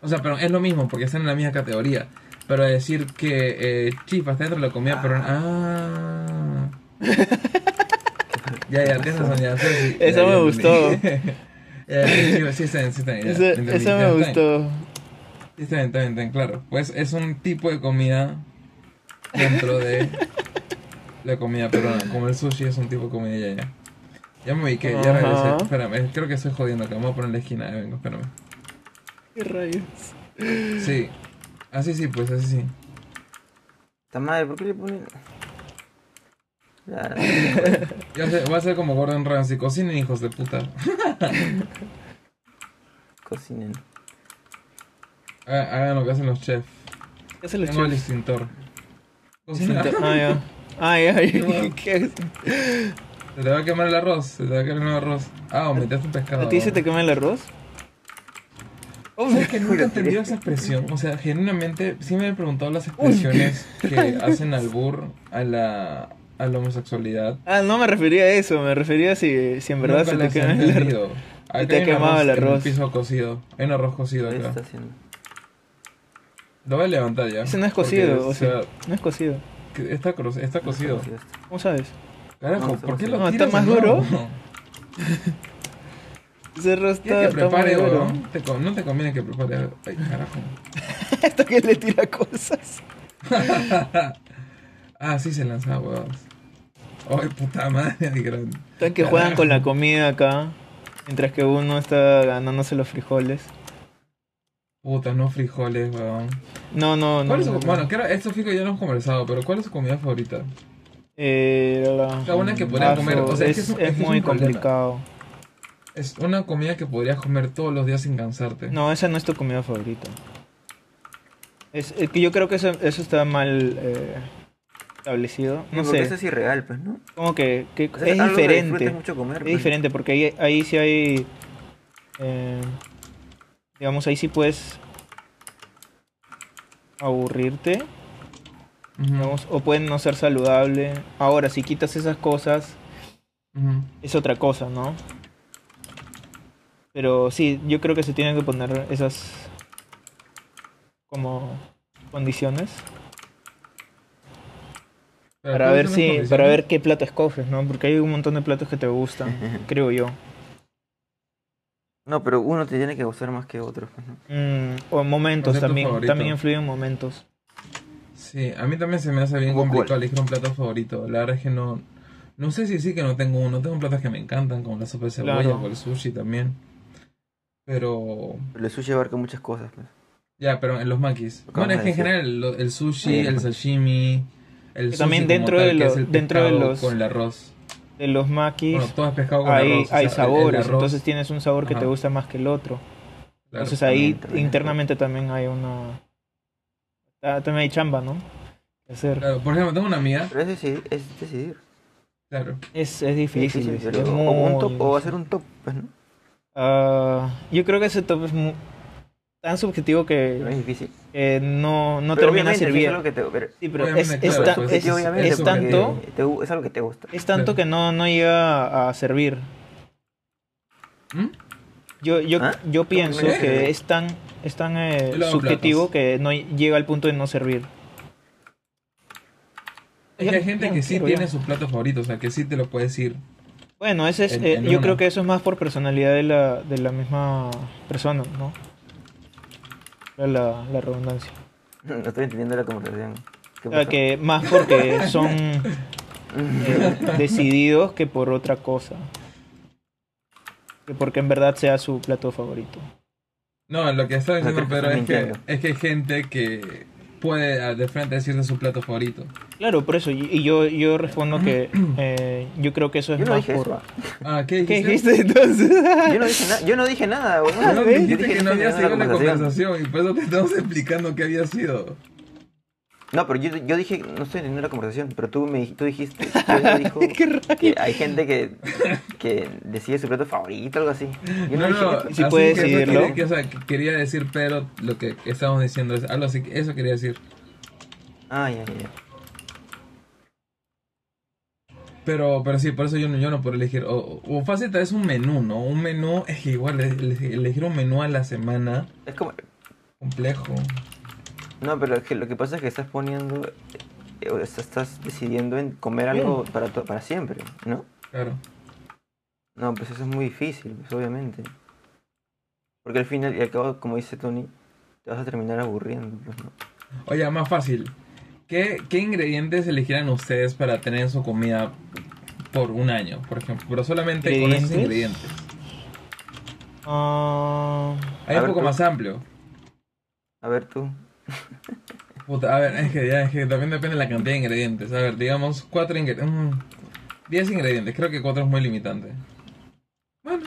[SPEAKER 1] O sea, pero es lo mismo porque están en la misma categoría. Pero decir que eh, chifa está dentro de la comida peruana. Ah. ya, ya, tienes razón, ya. sí, sí, ya,
[SPEAKER 2] Eso
[SPEAKER 1] ya
[SPEAKER 2] me
[SPEAKER 1] entendí.
[SPEAKER 2] gustó.
[SPEAKER 1] Ya, sí, sí, sí, está bien, sí, está bien, ya,
[SPEAKER 2] Eso,
[SPEAKER 1] entendí,
[SPEAKER 2] eso
[SPEAKER 1] ya,
[SPEAKER 2] me
[SPEAKER 1] está bien.
[SPEAKER 2] gustó.
[SPEAKER 1] Sí, Está bien, está bien, está bien, claro. Pues es un tipo de comida dentro de la comida peruana. Como el sushi es un tipo de comida ya, ya. Ya me ubiqué, ya regresé.
[SPEAKER 2] Ajá.
[SPEAKER 1] Espérame, creo que estoy jodiendo acá. Me voy a poner en la esquina, eh, vengo, espérame.
[SPEAKER 2] Qué rayos.
[SPEAKER 1] Sí. Así sí, pues, así sí.
[SPEAKER 3] Esta madre, ¿por qué le ponen.? Claro.
[SPEAKER 1] Yo sé- voy a ser como Gordon Ramsay. Cocinen, hijos de puta.
[SPEAKER 3] Cocinen.
[SPEAKER 1] Ha- Hagan lo que hacen los chefs.
[SPEAKER 2] ¿Qué hacen los
[SPEAKER 1] Tengo el
[SPEAKER 2] chicos?
[SPEAKER 1] extintor. Cocina.
[SPEAKER 2] Ah, ya. Ah, ya.
[SPEAKER 1] bueno.
[SPEAKER 2] ¿Qué haces?
[SPEAKER 1] Se te va a quemar el arroz. Se te va a quemar el arroz. Ah, o metiste un pescado.
[SPEAKER 2] ¿A ti se te quema el arroz?
[SPEAKER 1] ¿Sabes que nunca he entendido esa expresión? O sea, genuinamente sí me he preguntado las expresiones que hacen albur a la, a la homosexualidad.
[SPEAKER 2] Ah, no me refería a eso. Me refería a si, si en verdad
[SPEAKER 1] Nunca
[SPEAKER 2] se te
[SPEAKER 1] las he
[SPEAKER 2] quema el arroz.
[SPEAKER 1] entendido. Acá
[SPEAKER 2] te
[SPEAKER 1] hay un
[SPEAKER 2] quemaba el
[SPEAKER 1] en un
[SPEAKER 2] arroz.
[SPEAKER 1] piso cocido. Hay un arroz cocido
[SPEAKER 3] ¿Qué está
[SPEAKER 1] acá.
[SPEAKER 3] haciendo?
[SPEAKER 1] Lo voy a levantar ya.
[SPEAKER 2] Ese no es
[SPEAKER 1] porque,
[SPEAKER 2] cocido, o
[SPEAKER 1] sea,
[SPEAKER 2] sea, no es cocido.
[SPEAKER 1] que está, cru- está cocido.
[SPEAKER 2] ¿Cómo sabes?
[SPEAKER 1] Carajo,
[SPEAKER 3] No, está
[SPEAKER 1] ¿por qué lo
[SPEAKER 2] cocido. No, está
[SPEAKER 1] tiras
[SPEAKER 2] más
[SPEAKER 1] de nuevo?
[SPEAKER 2] duro. Ese arroz está,
[SPEAKER 1] Tienes que
[SPEAKER 2] está
[SPEAKER 1] prepare,
[SPEAKER 2] muy duro.
[SPEAKER 1] weón. Te co- No te conviene que prepare. Ay, carajo.
[SPEAKER 2] Hasta que le tira cosas.
[SPEAKER 1] ah, sí se lanzaba, huevos. Ay, puta madre, qué grande.
[SPEAKER 2] Están que juegan con la comida acá, mientras que uno está ganándose los frijoles.
[SPEAKER 1] Puta, no frijoles, weón.
[SPEAKER 2] No, no, no.
[SPEAKER 1] ¿Cuál es su,
[SPEAKER 2] no, no.
[SPEAKER 1] bueno, creo, esto fijo ya lo hemos conversado, pero ¿cuál es su comida favorita?
[SPEAKER 2] Eh, la,
[SPEAKER 1] La buena que podrían comer, o sea, es
[SPEAKER 2] es,
[SPEAKER 1] que es un-
[SPEAKER 2] es
[SPEAKER 1] es que es
[SPEAKER 2] muy
[SPEAKER 1] un problema.
[SPEAKER 2] complicado.
[SPEAKER 1] Es una comida que podrías comer todos los días sin cansarte.
[SPEAKER 2] No, esa no es tu comida favorita. Es, es que yo creo que eso, eso está mal eh, establecido. No
[SPEAKER 3] porque
[SPEAKER 2] sé,
[SPEAKER 3] eso es irreal, pues, ¿no?
[SPEAKER 2] como que, que
[SPEAKER 3] O sea,
[SPEAKER 2] es
[SPEAKER 3] algo que
[SPEAKER 2] diferente.
[SPEAKER 3] disfrutes mucho comer,
[SPEAKER 2] Es
[SPEAKER 3] pues.
[SPEAKER 2] diferente porque ahí, ahí sí hay. eh, digamos, ahí sí puedes aburrirte.
[SPEAKER 1] Ujú,
[SPEAKER 2] digamos, o pueden no ser saludable. Ahora, si quitas esas cosas,
[SPEAKER 1] ujú.
[SPEAKER 2] es otra cosa, ¿no? Pero sí, yo creo que se tienen que poner esas como condiciones
[SPEAKER 1] Pero
[SPEAKER 2] para
[SPEAKER 1] Ah, ¿cuáles
[SPEAKER 2] ver
[SPEAKER 1] son las
[SPEAKER 2] si
[SPEAKER 1] condiciones?
[SPEAKER 2] para ver qué plato escoges, ¿no? Porque hay un montón de platos que te gustan, creo yo.
[SPEAKER 3] No, pero uno te tiene que gustar más que otro. pues, ¿no?
[SPEAKER 2] Mm, o en momentos
[SPEAKER 1] ¿Cuál es tu
[SPEAKER 2] también,
[SPEAKER 1] favorito?
[SPEAKER 2] también influyen momentos.
[SPEAKER 1] Sí, a mí también se me hace bien
[SPEAKER 3] Como
[SPEAKER 1] complicado
[SPEAKER 3] cuál.
[SPEAKER 1] elegir un plato favorito. La verdad es que no. No sé si sí que no tengo uno. Tengo platos que me encantan, como la sopa de cebolla
[SPEAKER 2] Claro.
[SPEAKER 1] o el sushi también. Pero.
[SPEAKER 3] Pero el sushi abarca muchas cosas. pues.
[SPEAKER 1] Ya, pero en los makis.
[SPEAKER 3] Lo
[SPEAKER 1] Bueno, es que
[SPEAKER 3] acabas de
[SPEAKER 1] en
[SPEAKER 3] decir.
[SPEAKER 1] general lo- el sushi,
[SPEAKER 3] Bien.
[SPEAKER 1] el sashimi, el
[SPEAKER 2] Que
[SPEAKER 1] sushi
[SPEAKER 2] también
[SPEAKER 1] como
[SPEAKER 2] dentro
[SPEAKER 1] tal,
[SPEAKER 2] de
[SPEAKER 1] que
[SPEAKER 2] los-
[SPEAKER 1] es el
[SPEAKER 2] dentro de
[SPEAKER 1] pescado
[SPEAKER 2] los-
[SPEAKER 1] con el arroz.
[SPEAKER 2] De los makis
[SPEAKER 1] Bueno, todo es pescado con
[SPEAKER 2] hay,
[SPEAKER 1] arroz. o
[SPEAKER 2] hay
[SPEAKER 1] sea, el- el
[SPEAKER 2] sabores,
[SPEAKER 1] arroz,
[SPEAKER 2] entonces tienes un sabor que te
[SPEAKER 1] Ajá.
[SPEAKER 2] gusta más que el otro.
[SPEAKER 1] claro.
[SPEAKER 2] Entonces ahí
[SPEAKER 3] También, también.
[SPEAKER 2] internamente también hay una... ta- También hay chamba, ¿no? Que Hacer.
[SPEAKER 1] Claro, por ejemplo, tengo una amiga.
[SPEAKER 3] Pero es decidir. Es decidir.
[SPEAKER 1] Claro.
[SPEAKER 2] Es, es
[SPEAKER 3] Sí,
[SPEAKER 2] difícil.
[SPEAKER 3] sí, sí,
[SPEAKER 2] es
[SPEAKER 3] pero o,
[SPEAKER 2] muy
[SPEAKER 3] un top, o
[SPEAKER 2] difícil.
[SPEAKER 3] hacer un top, pues, ¿no?
[SPEAKER 2] Ah, yo creo que ese top es mu- tan subjetivo
[SPEAKER 3] Pero
[SPEAKER 2] que,
[SPEAKER 3] es difícil.
[SPEAKER 2] que no, no
[SPEAKER 3] pero
[SPEAKER 2] termina
[SPEAKER 3] obviamente, es
[SPEAKER 2] sirviendo.
[SPEAKER 3] algo que te, pero-
[SPEAKER 2] Sí, pero es,
[SPEAKER 1] Obviamente,
[SPEAKER 2] es
[SPEAKER 1] claro,
[SPEAKER 2] tan-
[SPEAKER 1] pues,
[SPEAKER 2] es-
[SPEAKER 3] sí, obviamente,
[SPEAKER 2] es
[SPEAKER 1] eso,
[SPEAKER 3] porque
[SPEAKER 2] tanto,
[SPEAKER 3] te gu- es algo que te gusta.
[SPEAKER 2] es
[SPEAKER 1] Claro.
[SPEAKER 2] tanto que no, no llega a servir.
[SPEAKER 1] ¿Mm?
[SPEAKER 2] Yo, yo,
[SPEAKER 3] ¿Ah?
[SPEAKER 2] yo pienso
[SPEAKER 1] crees?
[SPEAKER 2] que es tan, es tan eh,
[SPEAKER 1] Yo lavo
[SPEAKER 2] subjetivo
[SPEAKER 1] platos.
[SPEAKER 2] que no llega al punto de no servir.
[SPEAKER 1] Es
[SPEAKER 2] Ya-
[SPEAKER 1] que hay gente
[SPEAKER 2] ya
[SPEAKER 1] que sí
[SPEAKER 2] quiero,
[SPEAKER 1] tiene
[SPEAKER 2] ya.
[SPEAKER 1] sus platos favoritos, o sea, que sí te lo puede decir.
[SPEAKER 2] Bueno, ese es,
[SPEAKER 1] en-
[SPEAKER 2] eh,
[SPEAKER 1] en
[SPEAKER 2] yo
[SPEAKER 1] una.
[SPEAKER 2] creo que eso es más por personalidad de la, de la misma persona, ¿no? La, la redundancia.
[SPEAKER 3] No estoy entendiendo la conversación. ¿Qué
[SPEAKER 2] O sea,
[SPEAKER 3] pasó?
[SPEAKER 2] que más porque son eh, decididos que por otra cosa. Que porque en verdad sea su plato favorito.
[SPEAKER 1] No, lo que está
[SPEAKER 3] sea,
[SPEAKER 1] diciendo
[SPEAKER 3] creo
[SPEAKER 1] Pedro
[SPEAKER 3] que
[SPEAKER 1] es
[SPEAKER 3] estás
[SPEAKER 1] que, es que hay gente que puede ah, de frente decirte su plato favorito.
[SPEAKER 2] Claro, por eso. Y y yo, yo respondo que eh, yo creo que eso es
[SPEAKER 3] Yo no
[SPEAKER 2] más
[SPEAKER 3] dije
[SPEAKER 2] por...
[SPEAKER 3] eso.
[SPEAKER 1] Ah, ¿qué
[SPEAKER 2] ¿Qué
[SPEAKER 1] dijiste?
[SPEAKER 2] dijiste entonces?
[SPEAKER 3] Yo no dije, nada yo no dije nada, weón.
[SPEAKER 1] No,
[SPEAKER 3] Yo
[SPEAKER 1] dijiste que no
[SPEAKER 3] estoy
[SPEAKER 1] había
[SPEAKER 3] entendiendo
[SPEAKER 1] seguido la conversación y por eso te estamos explicando qué había sido.
[SPEAKER 3] No, pero yo, yo dije, no estoy entendiendo la conversación, pero tú, me, dij- tú dijiste, Pedro dijo que hay gente que, que decide su plato favorito, algo así. Yo
[SPEAKER 1] No,
[SPEAKER 3] no, dije
[SPEAKER 1] no,
[SPEAKER 3] eso.
[SPEAKER 2] si
[SPEAKER 1] así
[SPEAKER 2] puede
[SPEAKER 1] que eso
[SPEAKER 2] decidirlo.
[SPEAKER 1] quería- que, o sea, que quería decir Pedro lo que estábamos diciendo, es algo así, que- eso quería decir.
[SPEAKER 3] Ah, ya, ya, ya.
[SPEAKER 1] Pero, pero sí, por eso yo no, yo no puedo elegir. O, o fácil es un menú, ¿no? Un menú es que igual, ele- elegir un menú a la semana,
[SPEAKER 3] Es como,
[SPEAKER 1] complejo.
[SPEAKER 3] no, pero es que lo que pasa es que estás poniendo, eh, o sea, estás decidiendo en comer algo para, to- para siempre, ¿no?
[SPEAKER 1] Claro.
[SPEAKER 3] No, pues eso es muy difícil, pues obviamente. Porque al final y al cabo, como dice Tony, te vas a terminar aburriendo, pues no.
[SPEAKER 1] Oye, más fácil. ¿Qué, qué ingredientes elegirán ustedes para tener su comida por un año, por ejemplo? Pero solamente con esos
[SPEAKER 2] ¿Ingredientes?
[SPEAKER 1] ingredientes.
[SPEAKER 2] Ah,
[SPEAKER 1] Hay
[SPEAKER 3] A
[SPEAKER 1] un
[SPEAKER 3] ver,
[SPEAKER 1] poco
[SPEAKER 3] tú.
[SPEAKER 1] más amplio.
[SPEAKER 3] A ver tú.
[SPEAKER 1] Puta, a ver, es que, ya, es que también depende de la cantidad de ingredientes. A ver, digamos, cuatro ingredientes. diez ingredientes. Creo que cuatro es muy limitante. Bueno.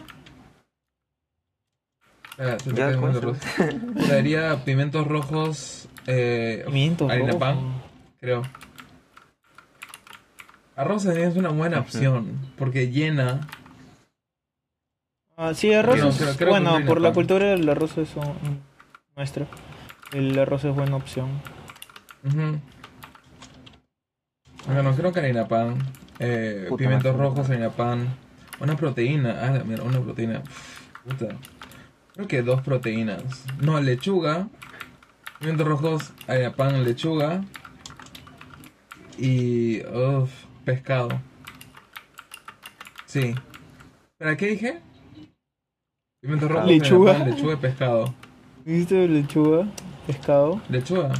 [SPEAKER 1] Ah, se te
[SPEAKER 3] Ya,
[SPEAKER 1] cae
[SPEAKER 3] ¿cómo
[SPEAKER 1] muy
[SPEAKER 3] se llama?
[SPEAKER 1] arroz. Puta, haría pimientos rojos. Eh,
[SPEAKER 2] pimiento
[SPEAKER 1] harina
[SPEAKER 2] rojo.
[SPEAKER 1] pan. creo. Arroz también es una buena
[SPEAKER 3] Ujú.
[SPEAKER 1] opción. Porque llena.
[SPEAKER 2] Ah, sí, arroz.
[SPEAKER 1] Creo-
[SPEAKER 2] es-
[SPEAKER 1] creo- creo que
[SPEAKER 2] bueno,
[SPEAKER 1] harina
[SPEAKER 2] por la
[SPEAKER 1] pan.
[SPEAKER 2] cultura el arroz es un- nuestra. El arroz es buena opción.
[SPEAKER 1] Ujú. Bueno, creo que harina pan. eh,
[SPEAKER 3] Puta
[SPEAKER 1] pimientos
[SPEAKER 3] madre.
[SPEAKER 1] rojos, harina pan. Una proteína. Ah, la mierda, una proteína. Puta. Creo que dos proteínas. No, lechuga. Pimientos rojos, harina pan, lechuga. Y. uf, pescado. Sí. ¿Para qué dije? Pimientos rojos, harina
[SPEAKER 2] Lechuga.
[SPEAKER 1] pan, lechuga y pescado.
[SPEAKER 2] ¿Viste lechuga? Pescado.
[SPEAKER 1] Lechuga.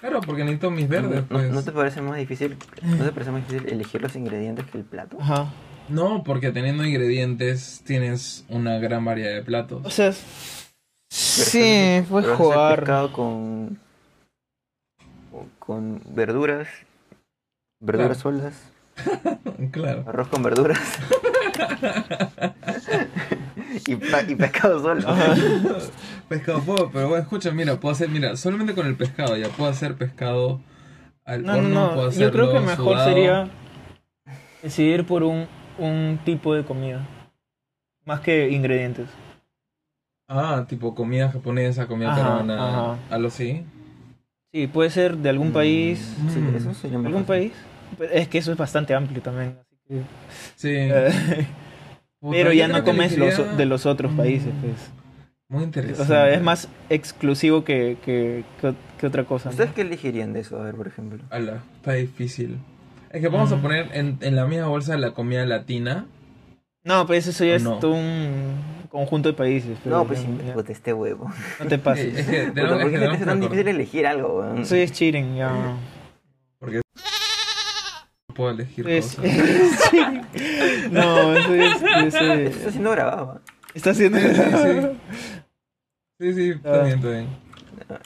[SPEAKER 1] Claro, porque necesito mis verdes,
[SPEAKER 3] ¿No,
[SPEAKER 1] pues.
[SPEAKER 3] no te parece más difícil, no te parece más difícil elegir los ingredientes que el plato?
[SPEAKER 2] Ajá.
[SPEAKER 1] No, porque teniendo ingredientes tienes una gran variedad de
[SPEAKER 2] O
[SPEAKER 1] platos.
[SPEAKER 2] sea, sí, fue
[SPEAKER 3] Pero vas a hacer
[SPEAKER 2] jugar.
[SPEAKER 3] pescado con, o- con verduras, verduras solas,
[SPEAKER 1] Claro.
[SPEAKER 3] arroz con verduras. y, pa- y pescado solo.
[SPEAKER 1] Pescado puedo, pero bueno, escucha, mira, puedo hacer, mira, solamente con el pescado, ya puedo hacer pescado al
[SPEAKER 2] No,
[SPEAKER 1] horno,
[SPEAKER 2] no,
[SPEAKER 1] puedo
[SPEAKER 2] no. Yo creo que
[SPEAKER 1] hacerlo
[SPEAKER 2] mejor
[SPEAKER 1] sudado.
[SPEAKER 2] sería decidir por un, un tipo de comida. Más que ingredientes.
[SPEAKER 1] Ah, tipo comida japonesa, comida
[SPEAKER 2] Ajá,
[SPEAKER 1] peruana,
[SPEAKER 2] ajá.
[SPEAKER 1] algo así.
[SPEAKER 2] Sí, puede ser de algún país.
[SPEAKER 3] Sí,
[SPEAKER 1] Mm.
[SPEAKER 3] eso sería mejor.
[SPEAKER 2] ¿Algún país? Pero Es que eso es bastante amplio también. así que,
[SPEAKER 1] Sí.
[SPEAKER 2] eh,
[SPEAKER 1] Puta,
[SPEAKER 2] pero
[SPEAKER 1] yo
[SPEAKER 2] ya
[SPEAKER 1] creo
[SPEAKER 2] no
[SPEAKER 1] que
[SPEAKER 2] comes los,
[SPEAKER 1] elegiría-
[SPEAKER 2] de los otros países, pues.
[SPEAKER 1] Muy interesante.
[SPEAKER 2] O sea, es más exclusivo que, que, que- que otra cosa. ¿no?
[SPEAKER 3] ¿Ustedes qué elegirían de eso? A ver, por ejemplo.
[SPEAKER 1] Ala, está difícil. Es que vamos a
[SPEAKER 2] Ujú.
[SPEAKER 1] poner en, en la misma bolsa la comida latina.
[SPEAKER 2] No, pues eso ya es
[SPEAKER 1] No.
[SPEAKER 2] todo un conjunto de países. pero
[SPEAKER 3] No, pues
[SPEAKER 2] ya-
[SPEAKER 3] sí,
[SPEAKER 2] ya,
[SPEAKER 3] puta, este huevo.
[SPEAKER 2] no te
[SPEAKER 1] Eh,
[SPEAKER 2] pases.
[SPEAKER 1] es que
[SPEAKER 3] Puta,
[SPEAKER 1] tenemos,
[SPEAKER 3] ¿Por
[SPEAKER 1] es que tenemos
[SPEAKER 3] qué se te hace
[SPEAKER 1] que
[SPEAKER 3] tan
[SPEAKER 1] acordar-
[SPEAKER 3] difícil elegir algo? weón?
[SPEAKER 2] Eso ya es cheating, ya.
[SPEAKER 1] no puedo elegir
[SPEAKER 2] Es-
[SPEAKER 1] cosas.
[SPEAKER 2] es cheating. Pues, No, eso es. eso es- eh,
[SPEAKER 3] Esto está siendo grabado.
[SPEAKER 2] Está haciendo.
[SPEAKER 1] Sí, sí, está
[SPEAKER 2] Ah.
[SPEAKER 1] bien, está bien.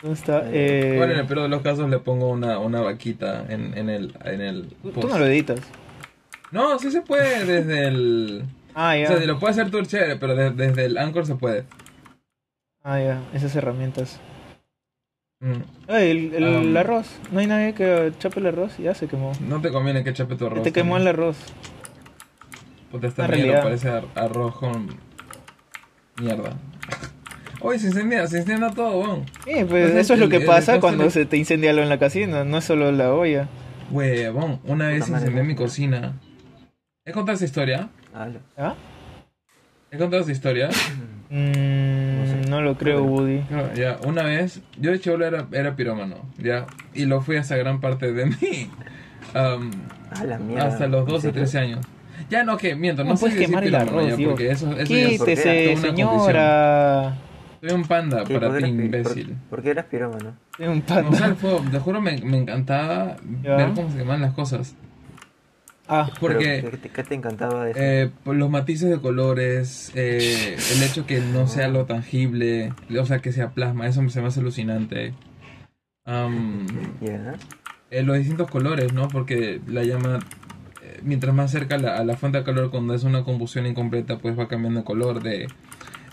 [SPEAKER 2] ¿Dónde está? Eh,
[SPEAKER 1] Bueno, en el peor de los casos le pongo una, una vaquita en, en el, en el
[SPEAKER 2] tú- tú
[SPEAKER 1] post.
[SPEAKER 2] no lo editas.
[SPEAKER 1] No, sí se puede desde el...
[SPEAKER 2] Ah,
[SPEAKER 1] O
[SPEAKER 2] ya.
[SPEAKER 1] sea, si lo puede hacer tú, chévere, pero de- desde el Anchor se puede.
[SPEAKER 2] Ah, ya. Esas herramientas.
[SPEAKER 1] Mm,
[SPEAKER 2] Ay, el, el-
[SPEAKER 1] Um,
[SPEAKER 2] el arroz. No hay nadie que chape el arroz. Ya se quemó.
[SPEAKER 1] No te conviene que chape tu arroz.
[SPEAKER 2] Te quemó el
[SPEAKER 1] también.
[SPEAKER 2] arroz.
[SPEAKER 1] Puta, esta
[SPEAKER 2] la
[SPEAKER 1] mierda
[SPEAKER 2] realidad.
[SPEAKER 1] parece ar- arroz con... Mierda. Uy, se incendia, se incendia todo, weón.
[SPEAKER 2] Sí, pues
[SPEAKER 1] No sé,
[SPEAKER 2] eso es lo
[SPEAKER 1] el-
[SPEAKER 2] que
[SPEAKER 1] el-
[SPEAKER 2] pasa
[SPEAKER 1] el-
[SPEAKER 2] cuando
[SPEAKER 1] el-
[SPEAKER 2] se te incendia algo en la cocina, no es solo la olla.
[SPEAKER 1] Huevón, una vez
[SPEAKER 3] Puta madre,
[SPEAKER 1] incendié
[SPEAKER 3] weón.
[SPEAKER 1] mi cocina. ¿He contado esa historia?
[SPEAKER 3] Ala.
[SPEAKER 2] ¿Ah?
[SPEAKER 1] ¿He contado esa historia?
[SPEAKER 2] Mm,
[SPEAKER 3] No
[SPEAKER 2] no,
[SPEAKER 3] sé.
[SPEAKER 2] lo creo, Woody.
[SPEAKER 1] No, ya, una vez, yo de cholo era, era pirómano, ya, y lo fui hasta gran parte de mí, am,
[SPEAKER 3] A la mierda.
[SPEAKER 1] hasta los 12,
[SPEAKER 3] ¿En serio?
[SPEAKER 1] 13 años. Ya no, que miento, no,
[SPEAKER 2] ¿Cómo
[SPEAKER 1] sé
[SPEAKER 2] puedes
[SPEAKER 1] si decir
[SPEAKER 2] quemar el
[SPEAKER 1] pirómano
[SPEAKER 2] arroz,
[SPEAKER 1] ya,
[SPEAKER 2] Dios?
[SPEAKER 1] porque eso, eso ya es-
[SPEAKER 2] Quítese,
[SPEAKER 1] una
[SPEAKER 2] señora.
[SPEAKER 1] soy un panda
[SPEAKER 3] ¿Qué?
[SPEAKER 1] para
[SPEAKER 3] ¿Por
[SPEAKER 1] ti,
[SPEAKER 3] qué eras pi-
[SPEAKER 1] imbécil.
[SPEAKER 3] por- ¿Por qué eras pirómano?
[SPEAKER 2] Soy un
[SPEAKER 1] No, o sea, el
[SPEAKER 2] panda.
[SPEAKER 1] fuego, te juro, me, me encantaba
[SPEAKER 2] Ya.
[SPEAKER 1] ver cómo se quemaban las cosas,
[SPEAKER 2] Ah,
[SPEAKER 1] porque...
[SPEAKER 3] Pero, ¿qué, te, qué te encantaba de eso?
[SPEAKER 1] Eh, por los matices de colores, eh, el hecho que no sea lo tangible, o sea, que sea plasma, eso se me hace alucinante. Am,
[SPEAKER 3] Ya.
[SPEAKER 1] eh, los distintos colores, ¿no? Porque la llama, eh, mientras más cerca la- a la fuente de calor, cuando es una combustión incompleta, pues va cambiando de color de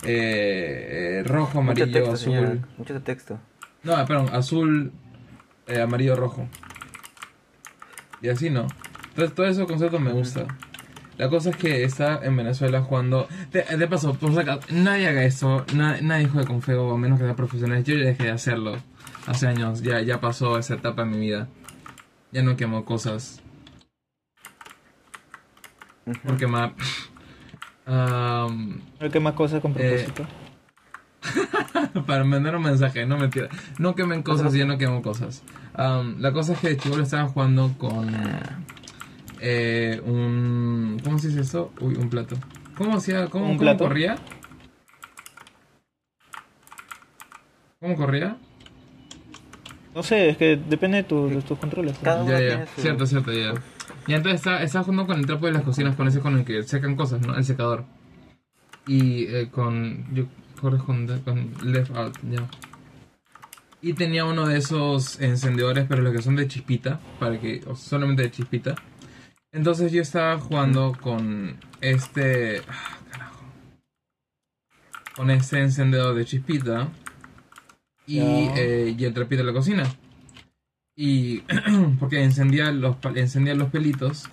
[SPEAKER 1] eh, eh, rojo, amarillo,
[SPEAKER 3] Mucho texto,
[SPEAKER 1] azul.
[SPEAKER 3] señora. Mucho texto.
[SPEAKER 1] No, ah, perdón, azul, eh, amarillo, rojo. Y así no. Entonces, todos esos conceptos me gusta. La cosa es que está en Venezuela jugando. De, de paso, por si acaso, nadie haga eso. na- nadie juegue con feo, a menos que sea profesional. Yo ya dejé de hacerlo hace años. Ya, ya pasó esa etapa en mi vida. Ya no quemo cosas
[SPEAKER 3] Ujú.
[SPEAKER 1] por quemar. Am,
[SPEAKER 2] creo que más cosas
[SPEAKER 1] eh,
[SPEAKER 2] con propósito.
[SPEAKER 1] Para mandar un mensaje, no mentira. No quemen cosas, ya no quemo cosas. Am, la cosa es que de chibolo estaban jugando con eh, un... ¿Cómo se dice eso? Uy, un plato. ¿Cómo hacía? ¿Cómo,
[SPEAKER 2] ¿Un
[SPEAKER 1] cómo
[SPEAKER 2] plato?
[SPEAKER 1] corría? ¿Cómo corría?
[SPEAKER 2] No sé, es que depende de, tu- de tus controles.
[SPEAKER 3] Cada uno
[SPEAKER 1] Ya, ya,
[SPEAKER 3] tiene su-
[SPEAKER 1] cierto, cierto, ya. Y entonces estaba, estaba jugando con el trapo de las cocinas, con ese con el que secan cosas, ¿no? El secador. Y eh, con. Yo corres con, con left out, ya. Y tenía uno de esos encendedores, pero los que son de chispita, para que. o solamente de chispita. Entonces yo estaba jugando con este. ah, carajo. Con este encendedor de chispita. Y,
[SPEAKER 2] Ya.
[SPEAKER 1] eh, y el trapito de la cocina. Y porque encendía los, pa- encendía los pelitos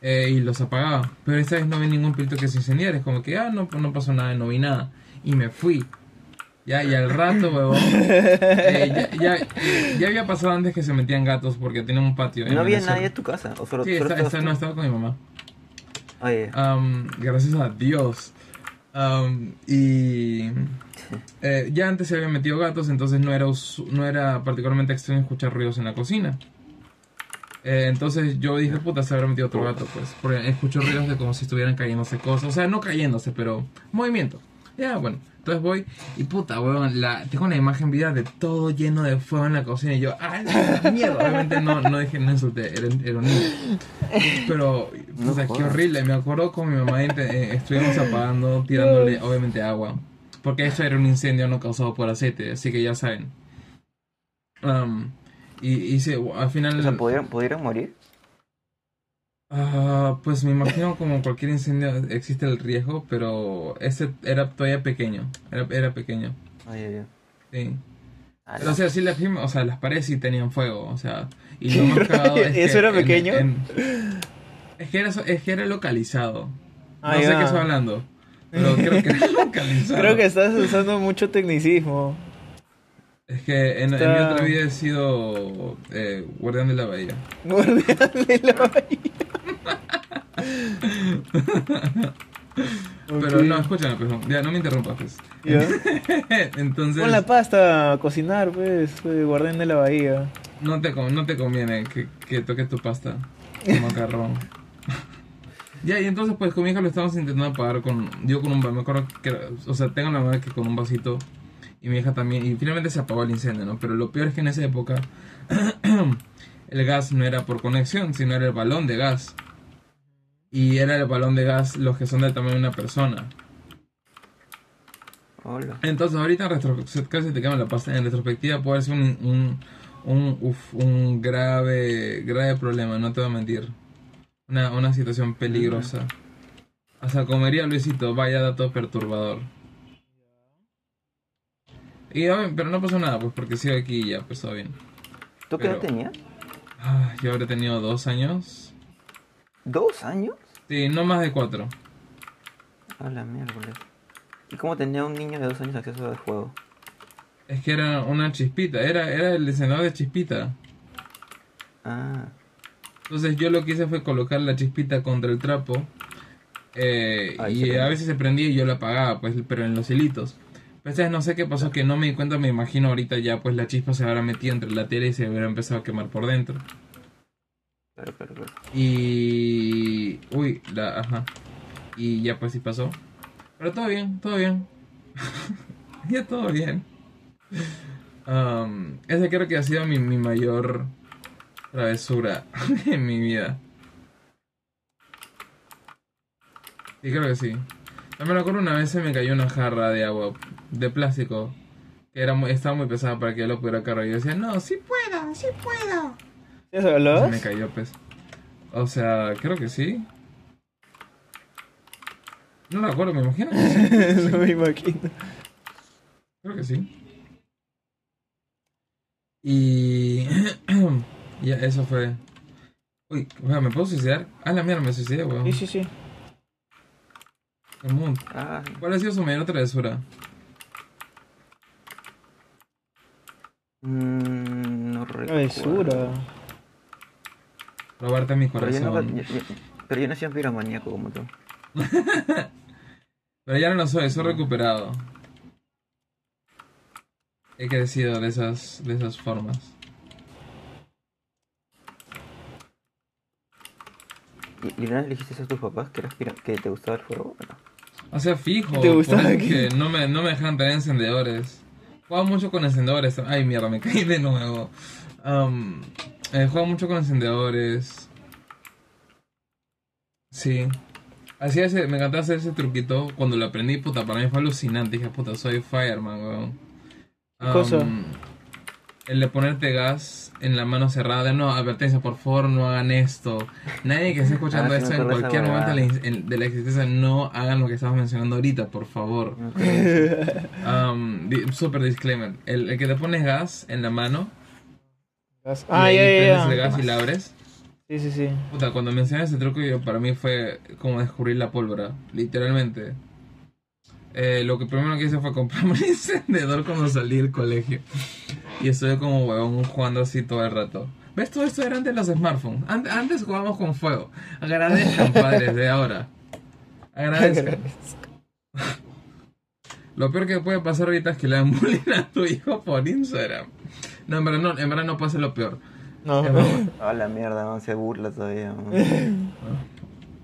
[SPEAKER 1] eh, y los apagaba. Pero esta vez no vi ningún pelito que se incendiara. Es como que, ah, no, no pasó nada, no vi nada. Y me fui. Ya, y al rato, huevón. eh, ya, ya, eh, ya había pasado antes que se metían gatos porque tienen un patio. en
[SPEAKER 3] ¿No había
[SPEAKER 1] Venezuela.
[SPEAKER 3] nadie en tu casa? ¿O solo,
[SPEAKER 1] Sí,
[SPEAKER 3] solo
[SPEAKER 1] está-
[SPEAKER 3] estabas
[SPEAKER 1] está-
[SPEAKER 3] tú?
[SPEAKER 1] no, estaba con mi mamá.
[SPEAKER 3] Ah, ya, ya.
[SPEAKER 1] Am, gracias a Dios. Am, y eh, ya antes se habían metido gatos, entonces no era, usu- no era particularmente extraño escuchar ruidos en la cocina. Eh, entonces yo dije, puta, se habrá metido
[SPEAKER 3] Oh.
[SPEAKER 1] otro gato, pues. Porque escucho ruidos de como si estuvieran cayéndose cosas. O sea, no cayéndose, pero movimiento. Ya, bueno. Entonces voy y puta, weón, la, tengo una imagen vida de todo lleno de fuego en la cocina. Y yo, ¡ay, mierda! Obviamente no, no dije, no insulté, era, era un niño. Pero,
[SPEAKER 3] No
[SPEAKER 1] o sea, qué
[SPEAKER 3] jodas.
[SPEAKER 1] horrible. Me acuerdo con mi mamá, int- eh, estuvimos apagando, tirándole, obviamente, agua. Porque esto era un incendio no causado por aceite, así que ya saben. Am, y hice, al final...
[SPEAKER 3] O sea, ¿pudieron, pudieron morir?
[SPEAKER 1] Ah, pues me imagino como cualquier incendio existe el riesgo, pero este era todavía pequeño, era, era pequeño,
[SPEAKER 3] Ah, ya, ya.
[SPEAKER 1] sí.
[SPEAKER 3] Ah,
[SPEAKER 1] Pero, o sea, sí las, o sea, las paredes sí tenían fuego, o sea, y lo más cagado es
[SPEAKER 2] ¿Eso
[SPEAKER 1] que
[SPEAKER 2] era
[SPEAKER 1] en-
[SPEAKER 2] pequeño?
[SPEAKER 1] en- es que era, so- es que era localizado.
[SPEAKER 2] Ah,
[SPEAKER 1] no sé
[SPEAKER 2] ya.
[SPEAKER 1] qué estoy hablando, pero creo que era localizado.
[SPEAKER 2] Creo que estás usando mucho tecnicismo.
[SPEAKER 1] Es que en, en
[SPEAKER 2] Está-
[SPEAKER 1] mi otra vida he sido eh, guardián de la bahía.
[SPEAKER 2] Guardián de la bahía.
[SPEAKER 1] Pero no, escúchame, pues no. Ya, no me interrumpas, pues.
[SPEAKER 2] Ya.
[SPEAKER 1] Entonces,
[SPEAKER 2] Pon la pasta a cocinar, pues, eh, guardián de la bahía.
[SPEAKER 1] no, te, con- no te conviene que, que toques tu pasta con macarrón. ya, y entonces, pues, con mi hija lo estamos intentando pagar con... Yo con un... va- Me acuerdo que... era- O sea, tengo la verdad que con un vasito... Y mi hija también... Y finalmente se apagó el incendio, ¿no? Pero lo peor es que en esa época... el gas no era por conexión, sino era el balón de gas. Y era el balón de gas los que son del tamaño de una persona.
[SPEAKER 3] Hola.
[SPEAKER 1] Entonces, ahorita en retrospectiva, casi te quema la pasta. En retrospectiva puede ser un, un, un, uf, un grave, grave problema, no te voy a mentir. Una, una situación peligrosa. O sea, comería Luisito, vaya dato perturbador. Y, a ver, pero no pasó nada, pues porque sigo aquí y ya, pues todo bien.
[SPEAKER 3] ¿Tú qué edad
[SPEAKER 1] Pero-
[SPEAKER 3] tenías?
[SPEAKER 1] Ah, yo habré tenido dos años.
[SPEAKER 3] ¿Dos años?
[SPEAKER 1] Sí, no más de cuatro.
[SPEAKER 3] A la miércoles. ¿Y cómo tenía un niño de dos años acceso al juego?
[SPEAKER 1] Es que era una chispita, era, era el encendedor de chispita.
[SPEAKER 3] Ah,
[SPEAKER 1] Entonces yo lo que hice fue colocar la chispita contra el trapo eh,
[SPEAKER 3] Ahí se
[SPEAKER 1] y
[SPEAKER 3] prende.
[SPEAKER 1] a veces se prendía y yo la apagaba, pues, pero en los hilitos. Entonces no sé qué pasó, que no me di cuenta, me imagino ahorita ya pues la chispa se habrá metido entre la tela y se habrá empezado a quemar por dentro.
[SPEAKER 3] claro, claro, claro.
[SPEAKER 1] Y... Uy, la... Ajá. Y ya pues sí pasó. Pero todo bien, todo bien. ya todo bien. Am, esa creo que ha sido mi, mi mayor travesura en mi vida. Y creo que sí. También me acuerdo una vez se me cayó una jarra de agua de plástico. Que era muy- estaba muy pesada para que yo lo pudiera cargar. Y yo decía, no, sí pueda, sí pueda.
[SPEAKER 2] ¿Ya se
[SPEAKER 1] Se
[SPEAKER 2] hablabas?
[SPEAKER 1] me cayó, pues. O sea, creo que sí. No me acuerdo, me imagino que sí.
[SPEAKER 2] no me imagino.
[SPEAKER 1] Creo que sí. Y. ya, eso fue. Uy, o sea, ¿me puedo suicidar? Ah, la mierda, me suicidé, weón.
[SPEAKER 2] Sí, sí, sí.
[SPEAKER 1] El mundo.
[SPEAKER 3] Ah,
[SPEAKER 1] ¿Cuál ha sido su mayor travesura?
[SPEAKER 3] mm, no recuerdo.
[SPEAKER 2] Travesura.
[SPEAKER 1] Robarte mi
[SPEAKER 3] Pero yo, no,
[SPEAKER 1] corazón.
[SPEAKER 3] yo- yo- pero yo no soy un piromaníaco como tú.
[SPEAKER 1] Pero ya no lo soy, soy recuperado. He crecido de esas, de esas formas.
[SPEAKER 3] ¿Y, y no le dijiste eso a tus papás que, eras piro- que te gustaba el juego? Bueno,
[SPEAKER 1] O sea, fijo.
[SPEAKER 2] ¿Te gustaba
[SPEAKER 1] por eso
[SPEAKER 2] que-
[SPEAKER 1] que no me, no me dejan tener encendedores. Jugaba mucho con encendedores. Ay, mierda, me caí de nuevo. Am, eh, jugaba mucho con encendedores. Sí. Hacía ese, me encantaba hacer ese truquito. Cuando lo aprendí, puta, para mí fue alucinante. Dije, puta, soy fireman, weón.
[SPEAKER 2] ¿Qué cosa?
[SPEAKER 1] Am, El de ponerte gas en la mano cerrada. No, advertencia, por favor, no hagan esto. Nadie que esté escuchando
[SPEAKER 3] Ah, sí,
[SPEAKER 1] esto
[SPEAKER 3] me
[SPEAKER 1] en
[SPEAKER 3] acuerdo de esa
[SPEAKER 1] cualquier momento de la
[SPEAKER 3] huevada.
[SPEAKER 1] ex- en- de la existencia, no hagan lo que estamos mencionando ahorita, por favor.
[SPEAKER 3] no creo.
[SPEAKER 1] Um, di- super disclaimer. El, el que te pones gas en la mano
[SPEAKER 2] ah,
[SPEAKER 1] y
[SPEAKER 2] ya,
[SPEAKER 1] ahí
[SPEAKER 2] ya,
[SPEAKER 1] prendes el
[SPEAKER 2] ya.
[SPEAKER 1] gas y la abres.
[SPEAKER 2] Sí, sí, sí.
[SPEAKER 1] Puta, cuando mencioné ese truco, yo, para mí fue como descubrir la pólvora, literalmente. Eh, lo que primero que hice fue comprarme un encendedor cuando salí del colegio. Y estuve como huevón jugando así todo el rato. ¿Ves? Todo esto era antes de los smartphones. Ant- antes jugábamos con fuego. Agradezcan, padres, de ahora. Agradezcan. Lo peor que puede pasar ahorita es que le dan bullying a tu hijo por Instagram. No, en verdad no, en verdad no pasa lo peor.
[SPEAKER 2] No.
[SPEAKER 1] En verdad,
[SPEAKER 3] Ah, la mierda, man, se burla todavía. man.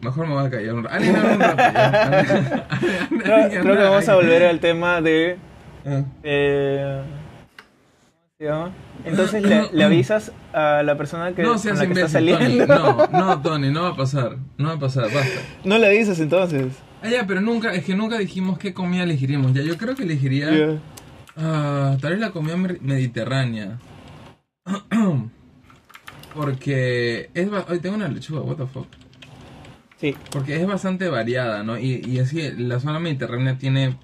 [SPEAKER 1] Mejor me voy a callar un rato. Ah, Alguien habla un rato, ya. Alguien
[SPEAKER 2] Creo, creo que
[SPEAKER 1] habla,
[SPEAKER 2] vamos a
[SPEAKER 1] alguien.
[SPEAKER 2] volver al tema de.
[SPEAKER 1] Ah,
[SPEAKER 2] eh, ¿Cómo se llama? Entonces le, le avisas a la persona que,
[SPEAKER 1] No
[SPEAKER 2] con
[SPEAKER 1] seas
[SPEAKER 2] la que está
[SPEAKER 1] imbécil, Tony. No,
[SPEAKER 2] saliendo.
[SPEAKER 1] no, Tony, no va a pasar. No va a pasar, basta.
[SPEAKER 2] No le avisas entonces.
[SPEAKER 1] Ah, ya, pero nunca, es que nunca dijimos qué comida elegiríamos. Ya, yo creo que elegiría.
[SPEAKER 2] Ya.
[SPEAKER 1] Ah, tal vez la comida mer- mediterránea. Porque es ba- Ay, tengo una lechuga, what the fuck.
[SPEAKER 2] Sí.
[SPEAKER 1] Porque es bastante variada, ¿no? Y, y es que la zona mediterránea tiene.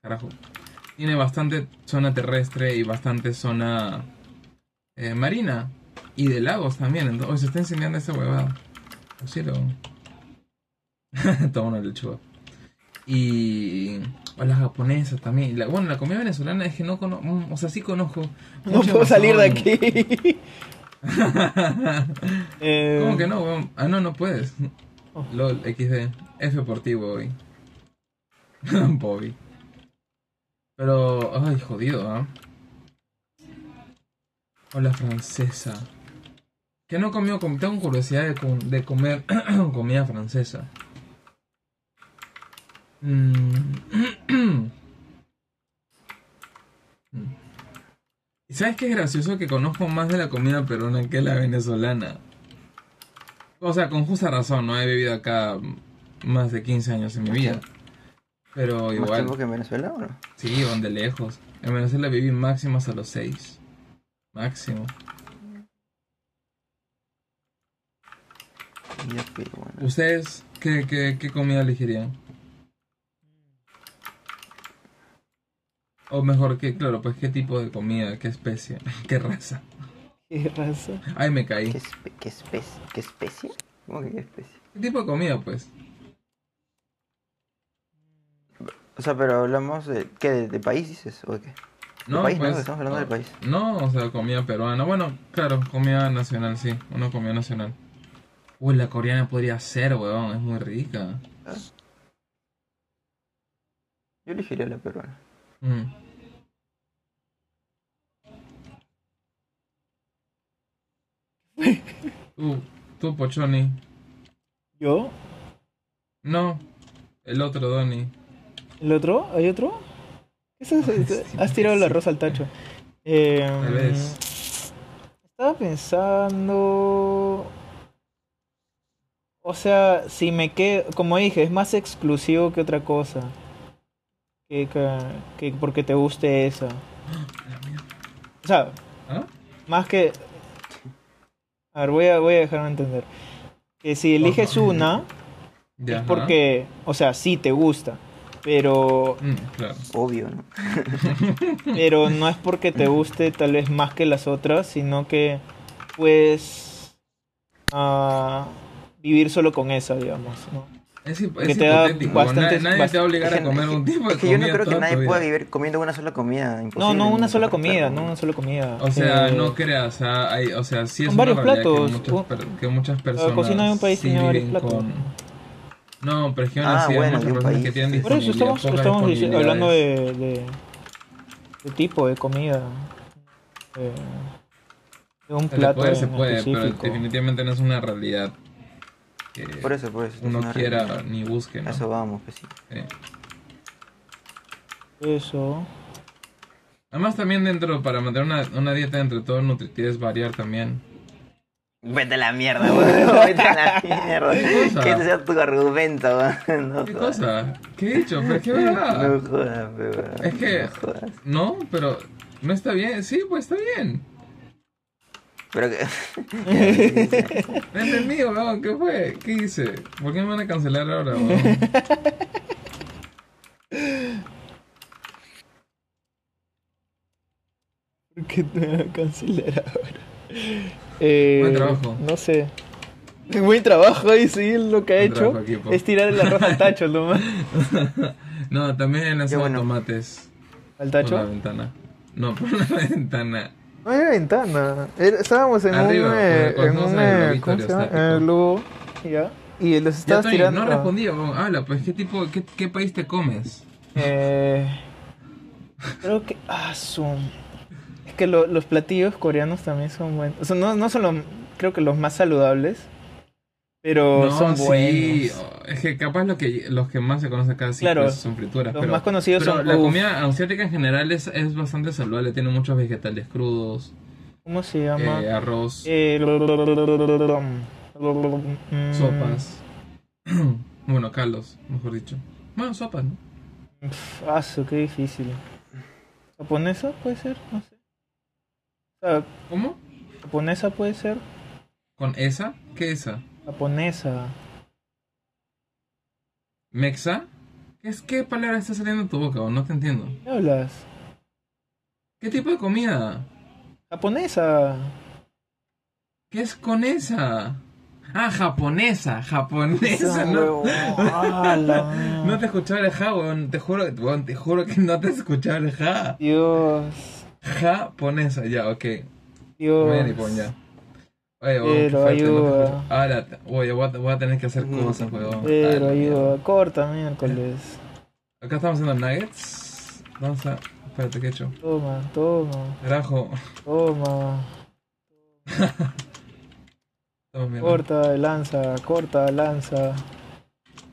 [SPEAKER 1] Carajo. Tiene bastante zona terrestre y bastante zona eh, marina. Y de lagos también. Entonces, oh, se está enseñando esa huevada. Lo cielo. Toma una lechuga. Y. O la japonesa también. La- bueno, la comida venezolana es que no conozco. O sea, sí conozco.
[SPEAKER 2] No
[SPEAKER 1] mucho
[SPEAKER 2] puedo salir de
[SPEAKER 1] mazón.
[SPEAKER 2] aquí. Eh,
[SPEAKER 1] ¿Cómo que no, weón? Ah, no, no puedes.
[SPEAKER 2] Oh.
[SPEAKER 1] LOL, XD. F por ti, hoy. Bobby. Pero, ay, jodido, ¿ah? Hola, francesa. ¿Qué no comió? Com- Tengo curiosidad de, com- de comer comida francesa. Mm. ¿Y sabes qué es gracioso? Que conozco más de la comida peruana que la venezolana. O sea, con justa razón, no he vivido acá más de 15 años en mi vida. Pero
[SPEAKER 3] ¿Más
[SPEAKER 1] igual.
[SPEAKER 3] tiempo que en Venezuela o no?
[SPEAKER 1] Sí, van de lejos. En Venezuela viví máximo hasta los 6. Máximo.
[SPEAKER 3] Ya, pero bueno.
[SPEAKER 1] ¿Ustedes qué, qué, qué comida elegirían? O mejor que, claro, pues qué tipo de comida, qué especie, qué raza.
[SPEAKER 2] Eh, ¿Qué raza?
[SPEAKER 1] Ay, me caí.
[SPEAKER 3] ¿Qué, espe- qué, especie? ¿Qué especie? ¿Cómo que qué especie?
[SPEAKER 1] ¿Qué tipo de comida, pues?
[SPEAKER 3] O sea, pero hablamos de... ¿Qué? ¿De, de país dices? ¿O de qué?
[SPEAKER 1] No,
[SPEAKER 3] país, no,
[SPEAKER 1] pues.
[SPEAKER 3] estamos hablando del país.
[SPEAKER 1] No, o sea, comida peruana. Bueno, claro, comida nacional, sí. Una comida nacional. Uy, la coreana podría ser, weón, es muy rica.
[SPEAKER 3] Yo elegiría la peruana.
[SPEAKER 1] Mm. Tú, Uh, tú, Pochoni.
[SPEAKER 2] ¿Yo?
[SPEAKER 1] No, el otro Donny.
[SPEAKER 2] ¿El otro? ¿Hay otro? Eso es-
[SPEAKER 1] Ay,
[SPEAKER 2] es-
[SPEAKER 1] sí,
[SPEAKER 2] has tirado el
[SPEAKER 1] sí.
[SPEAKER 2] arroz al tacho. Eh,
[SPEAKER 1] Tal vez.
[SPEAKER 2] Estaba pensando. O sea, si me quedo. Como dije, es más exclusivo que otra cosa. Que, que, que porque te guste esa. O sea,
[SPEAKER 1] ¿Ah?
[SPEAKER 2] más que. A ver, voy a, voy a dejarme entender. Que si eliges
[SPEAKER 1] Ajá.
[SPEAKER 2] una,
[SPEAKER 1] Ya,
[SPEAKER 2] es
[SPEAKER 1] ajá.
[SPEAKER 2] porque. O sea, sí te gusta. Pero.
[SPEAKER 1] Mm, claro.
[SPEAKER 3] Obvio, ¿no?
[SPEAKER 2] Pero no es porque te guste tal vez más que las otras, sino que puedes ah, vivir solo con esa, digamos, ¿no?
[SPEAKER 1] Es, hip-
[SPEAKER 2] Que
[SPEAKER 1] es
[SPEAKER 2] te da
[SPEAKER 1] hipotético.
[SPEAKER 2] bastantes-
[SPEAKER 1] nadie, nadie te va a obligar
[SPEAKER 3] Es
[SPEAKER 1] a
[SPEAKER 3] que-
[SPEAKER 1] comer un tipo de
[SPEAKER 3] Es que yo no
[SPEAKER 1] comida
[SPEAKER 3] creo que
[SPEAKER 1] toda tu
[SPEAKER 3] nadie
[SPEAKER 1] vida.
[SPEAKER 3] pueda vivir comiendo una sola comida.
[SPEAKER 2] No,
[SPEAKER 3] imposible,
[SPEAKER 2] no una sola
[SPEAKER 3] claro,
[SPEAKER 2] comida, no
[SPEAKER 3] claro.
[SPEAKER 2] una sola comida.
[SPEAKER 1] O sea,
[SPEAKER 2] Eh,
[SPEAKER 1] no creas, o sea, hay- o sea, sí es
[SPEAKER 2] Con
[SPEAKER 1] una
[SPEAKER 2] varios
[SPEAKER 1] realidad
[SPEAKER 2] platos,
[SPEAKER 1] que
[SPEAKER 3] uh,
[SPEAKER 1] muchas,
[SPEAKER 2] un-
[SPEAKER 1] per- que muchas personas
[SPEAKER 2] la cocina de un país
[SPEAKER 1] sí
[SPEAKER 2] tiene varios
[SPEAKER 1] viven
[SPEAKER 2] platos.
[SPEAKER 1] con... No, pero es que aún
[SPEAKER 3] Ah,
[SPEAKER 1] así hay
[SPEAKER 3] bueno,
[SPEAKER 1] muchas
[SPEAKER 3] de un
[SPEAKER 1] personas que
[SPEAKER 3] país,
[SPEAKER 1] tienen
[SPEAKER 3] sí.
[SPEAKER 2] Por eso
[SPEAKER 1] disponibilidad,
[SPEAKER 2] estamos,
[SPEAKER 1] pocas
[SPEAKER 2] estamos dic- hablando
[SPEAKER 1] disponibilidades.
[SPEAKER 2] de, de, de tipo de comida. eh, de un
[SPEAKER 1] Se le
[SPEAKER 2] plato
[SPEAKER 1] puede, se
[SPEAKER 2] en
[SPEAKER 1] puede, pero
[SPEAKER 2] específico.
[SPEAKER 1] definitivamente no es una realidad que
[SPEAKER 3] Por eso, por eso. es
[SPEAKER 1] uno
[SPEAKER 3] una
[SPEAKER 1] quiera
[SPEAKER 3] realidad.
[SPEAKER 1] ni busque,
[SPEAKER 3] A
[SPEAKER 1] ¿no?
[SPEAKER 3] eso vamos, pues sí.
[SPEAKER 1] Sí.
[SPEAKER 2] Eso.
[SPEAKER 1] Además también dentro, para mantener una, una dieta entre todo nutritiva es variar también.
[SPEAKER 3] Vete a la mierda, weón. Vete a la mierda.
[SPEAKER 1] ¿Qué cosa?
[SPEAKER 3] Que ese sea tu argumento, weón. No
[SPEAKER 1] ¿Qué
[SPEAKER 3] jodas.
[SPEAKER 1] cosa? ¿Qué he dicho? Pero es que verdad.
[SPEAKER 3] No jodas, pe, weón.
[SPEAKER 1] Es que-
[SPEAKER 3] No jodas.
[SPEAKER 1] No, pero no está bien. Sí, pues está bien.
[SPEAKER 3] Pero que. Ya, sí,
[SPEAKER 1] No entendí, weón. ¿Qué fue? ¿Qué hice? ¿Por qué me van a cancelar ahora, weón?
[SPEAKER 2] Porque te van a cancelar ahora. Eh,
[SPEAKER 1] Buen trabajo.
[SPEAKER 2] No sé. Buen trabajo, y sí, lo que ha
[SPEAKER 1] Buen
[SPEAKER 2] hecho
[SPEAKER 1] trabajo, equipo.
[SPEAKER 2] es tirar el arroz al tacho, lo más.
[SPEAKER 1] no, también he lanzado
[SPEAKER 3] bueno.
[SPEAKER 1] tomates
[SPEAKER 2] ¿Al
[SPEAKER 1] por la
[SPEAKER 2] tacho?
[SPEAKER 1] ventana. No, por la ventana.
[SPEAKER 2] No era ventana. Era- estábamos en
[SPEAKER 1] Arriba,
[SPEAKER 2] un. eh,
[SPEAKER 1] cuando
[SPEAKER 2] en
[SPEAKER 1] estamos en
[SPEAKER 2] un
[SPEAKER 1] el
[SPEAKER 2] eh,
[SPEAKER 1] globito
[SPEAKER 2] ¿Cómo se llama? En
[SPEAKER 1] aerostático.
[SPEAKER 2] el globo. Ya. Y los
[SPEAKER 1] Ya
[SPEAKER 2] estabas
[SPEAKER 1] Tony,
[SPEAKER 2] tirando.
[SPEAKER 1] no respondí, weón. Habla, pues, ¿qué tipo, qué, qué país te comes?
[SPEAKER 2] Eh, creo que. Ah, su. Es que lo- los platillos coreanos también son buenos. O sea, no, no son los. Creo que los más saludables. Pero Oh, son
[SPEAKER 1] sí,
[SPEAKER 2] buenos.
[SPEAKER 1] es que capaz lo que, los que más se conocen acá sí
[SPEAKER 2] Claro,
[SPEAKER 1] pues, son frituras.
[SPEAKER 2] Los
[SPEAKER 1] pero,
[SPEAKER 2] más conocidos
[SPEAKER 1] pero
[SPEAKER 2] son
[SPEAKER 1] la
[SPEAKER 2] uf,
[SPEAKER 1] comida asiática en general es, es bastante saludable, tiene muchos vegetales crudos,
[SPEAKER 2] ¿Cómo se
[SPEAKER 1] eh,
[SPEAKER 2] llama?
[SPEAKER 1] arroz,
[SPEAKER 2] Eh, mm,
[SPEAKER 1] sopas. bueno, caldos, mejor dicho. Bueno, sopas, ¿no?
[SPEAKER 2] pf, aso, qué difícil. ¿Japonesa puede ser? No sé. Ah,
[SPEAKER 1] ¿Cómo?
[SPEAKER 2] ¿Japonesa puede ser?
[SPEAKER 1] ¿Con esa? ¿Qué esa?
[SPEAKER 2] Japonesa.
[SPEAKER 1] ¿Mexa? ¿Qué, es, ¿Qué palabra está saliendo de tu boca? o No te entiendo.
[SPEAKER 2] ¿Qué hablas?
[SPEAKER 1] ¿Qué tipo de comida?
[SPEAKER 2] Japonesa.
[SPEAKER 1] ¿Qué es con esa? Ah, japonesa, japonesa,
[SPEAKER 2] Esa,
[SPEAKER 1] no.
[SPEAKER 2] Ah, la-
[SPEAKER 1] No te escuchaba el ja, weón. Te juro, weón, te juro que no te escuchaba el ja.
[SPEAKER 2] Dios.
[SPEAKER 1] Japonesa, ya, ok.
[SPEAKER 2] Dios.
[SPEAKER 1] Voy a Nippon, pues ya. Oye, weón,
[SPEAKER 2] Pero
[SPEAKER 1] qué fuerte, no te
[SPEAKER 2] ayuda. Mm,
[SPEAKER 1] escucho. Ahora, te- oye, voy a, voy a tener que hacer cosas, weón.
[SPEAKER 2] Pero
[SPEAKER 1] Ay,
[SPEAKER 2] ayuda. Corta miércoles.
[SPEAKER 1] mierda. Acá estamos haciendo nuggets. Vamos a. Espérate, ¿qué he hecho?
[SPEAKER 2] Toma, toma,
[SPEAKER 1] Carajo.
[SPEAKER 2] toma.
[SPEAKER 1] Estamos bien.
[SPEAKER 2] Corta, lanza, corta, lanza.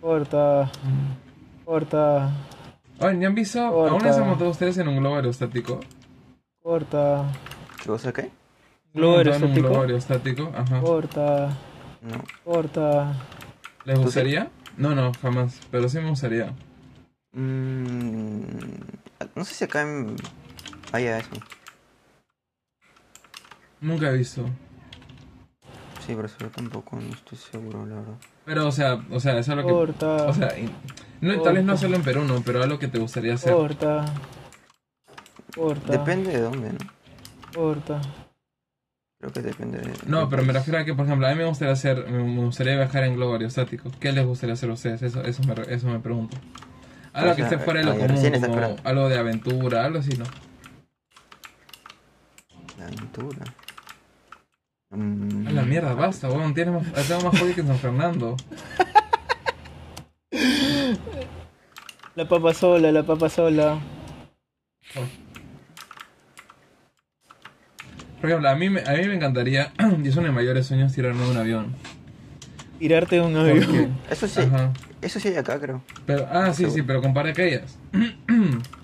[SPEAKER 2] Corta, corta,
[SPEAKER 1] Oye, ¿ni han visto a
[SPEAKER 2] Corta.
[SPEAKER 1] una vez han montado ustedes en un globo aerostático?
[SPEAKER 2] corta.
[SPEAKER 3] ¿Qué cosa qué?
[SPEAKER 2] Globo
[SPEAKER 1] ¿Han montado en un globo
[SPEAKER 2] aerostático.
[SPEAKER 1] aerostático? Ajá.
[SPEAKER 2] Corta,
[SPEAKER 3] No.
[SPEAKER 2] corta.
[SPEAKER 1] ¿Les
[SPEAKER 3] sí?
[SPEAKER 1] gustaría? No, no, jamás. Pero sí me gustaría.
[SPEAKER 3] Mm, no sé si acá en... haya eso.
[SPEAKER 1] Nunca he visto.
[SPEAKER 3] Sí, pero sobre tampoco, no estoy seguro, la verdad.
[SPEAKER 1] Pero, o sea, o sea, eso es lo que.
[SPEAKER 2] Corta,
[SPEAKER 1] O sea, y- no, tal vez no solo en Perú, no, pero algo que te gustaría hacer.
[SPEAKER 2] corta. Corta.
[SPEAKER 3] Depende de dónde, ¿no?
[SPEAKER 2] Corta.
[SPEAKER 3] Creo que depende de...
[SPEAKER 1] No, pero me refiero a que, por ejemplo, a mí me gustaría hacer, me gustaría viajar en globo aerostático. ¿Qué les gustaría hacer a ustedes? Eso, eso, me, re- eso me pregunto. Algo
[SPEAKER 3] O
[SPEAKER 1] que
[SPEAKER 3] sea,
[SPEAKER 1] esté fuera de lo
[SPEAKER 3] ah, ya,
[SPEAKER 1] común,
[SPEAKER 3] recién está
[SPEAKER 1] como
[SPEAKER 3] esperando.
[SPEAKER 1] algo de aventura, algo así, ¿no?
[SPEAKER 3] La aventura. Mm,
[SPEAKER 1] A la mierda, basta, weón. Tienes más, tengo más hobby que en San Fernando.
[SPEAKER 2] La papa sola, la papa sola.
[SPEAKER 1] Por ejemplo, a mí, me- a mí me encantaría, y es uno de mis mayores sueños, tirarme de un avión.
[SPEAKER 2] Tirarte un
[SPEAKER 1] Porque,
[SPEAKER 2] avión.
[SPEAKER 3] Eso sí,
[SPEAKER 1] ajá.
[SPEAKER 3] eso sí hay acá, creo.
[SPEAKER 1] Pero, ah, sí, sí, pero con paracaídas.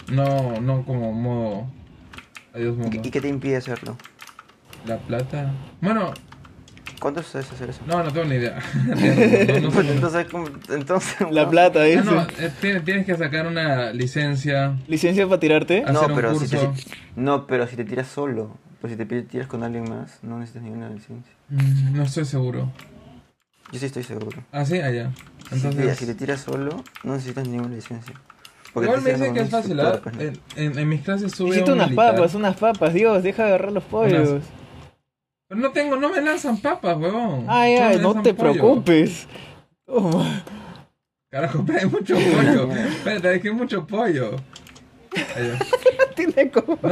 [SPEAKER 1] No, no como modo. Adiós,
[SPEAKER 3] ¿Y,
[SPEAKER 1] mundo.
[SPEAKER 3] qué- y qué te impide hacerlo?
[SPEAKER 1] La plata. Bueno,
[SPEAKER 3] ¿Cuánto sabes hacer eso?
[SPEAKER 1] no, no tengo ni idea. No, no, no, no, no.
[SPEAKER 3] entonces, ¿cómo? entonces...
[SPEAKER 2] La plata,
[SPEAKER 1] Ah,
[SPEAKER 2] dice.
[SPEAKER 1] no, eh, tienes, tienes que sacar una licencia.
[SPEAKER 2] ¿Licencia para tirarte?
[SPEAKER 1] hacer un
[SPEAKER 3] No, pero si te,
[SPEAKER 1] curso.
[SPEAKER 3] si- no, pero si te tiras solo, pero si te pi- tiras con alguien más, no necesitas ninguna licencia.
[SPEAKER 1] Mm, No estoy seguro.
[SPEAKER 3] Yo sí estoy seguro.
[SPEAKER 1] Ah, sí, allá.
[SPEAKER 3] Si te-
[SPEAKER 1] Entonces.
[SPEAKER 3] si te tiras solo, no necesitas ninguna licencia.
[SPEAKER 1] Igual
[SPEAKER 3] te
[SPEAKER 1] me
[SPEAKER 3] tiras
[SPEAKER 1] dicen
[SPEAKER 3] con
[SPEAKER 1] que
[SPEAKER 3] un
[SPEAKER 1] es fácil, ¿ah?
[SPEAKER 3] instructor, pues, ¿no?
[SPEAKER 1] En, en- en mis clases sube
[SPEAKER 2] Hiciste
[SPEAKER 1] un
[SPEAKER 2] unas
[SPEAKER 1] militar.
[SPEAKER 2] papas, unas papas, Dios, deja de agarrar los pollos.
[SPEAKER 1] Pero no tengo, no me lanzan papas, huevón.
[SPEAKER 2] Ay,
[SPEAKER 1] Solo
[SPEAKER 2] ay,
[SPEAKER 1] me
[SPEAKER 2] no
[SPEAKER 1] lanzan
[SPEAKER 2] te
[SPEAKER 1] pollo.
[SPEAKER 2] preocupes. Toma.
[SPEAKER 1] Carajo, pero hay mucho pollo. Espérate, es que hay mucho pollo. Allá.
[SPEAKER 2] Tiene como
[SPEAKER 1] No,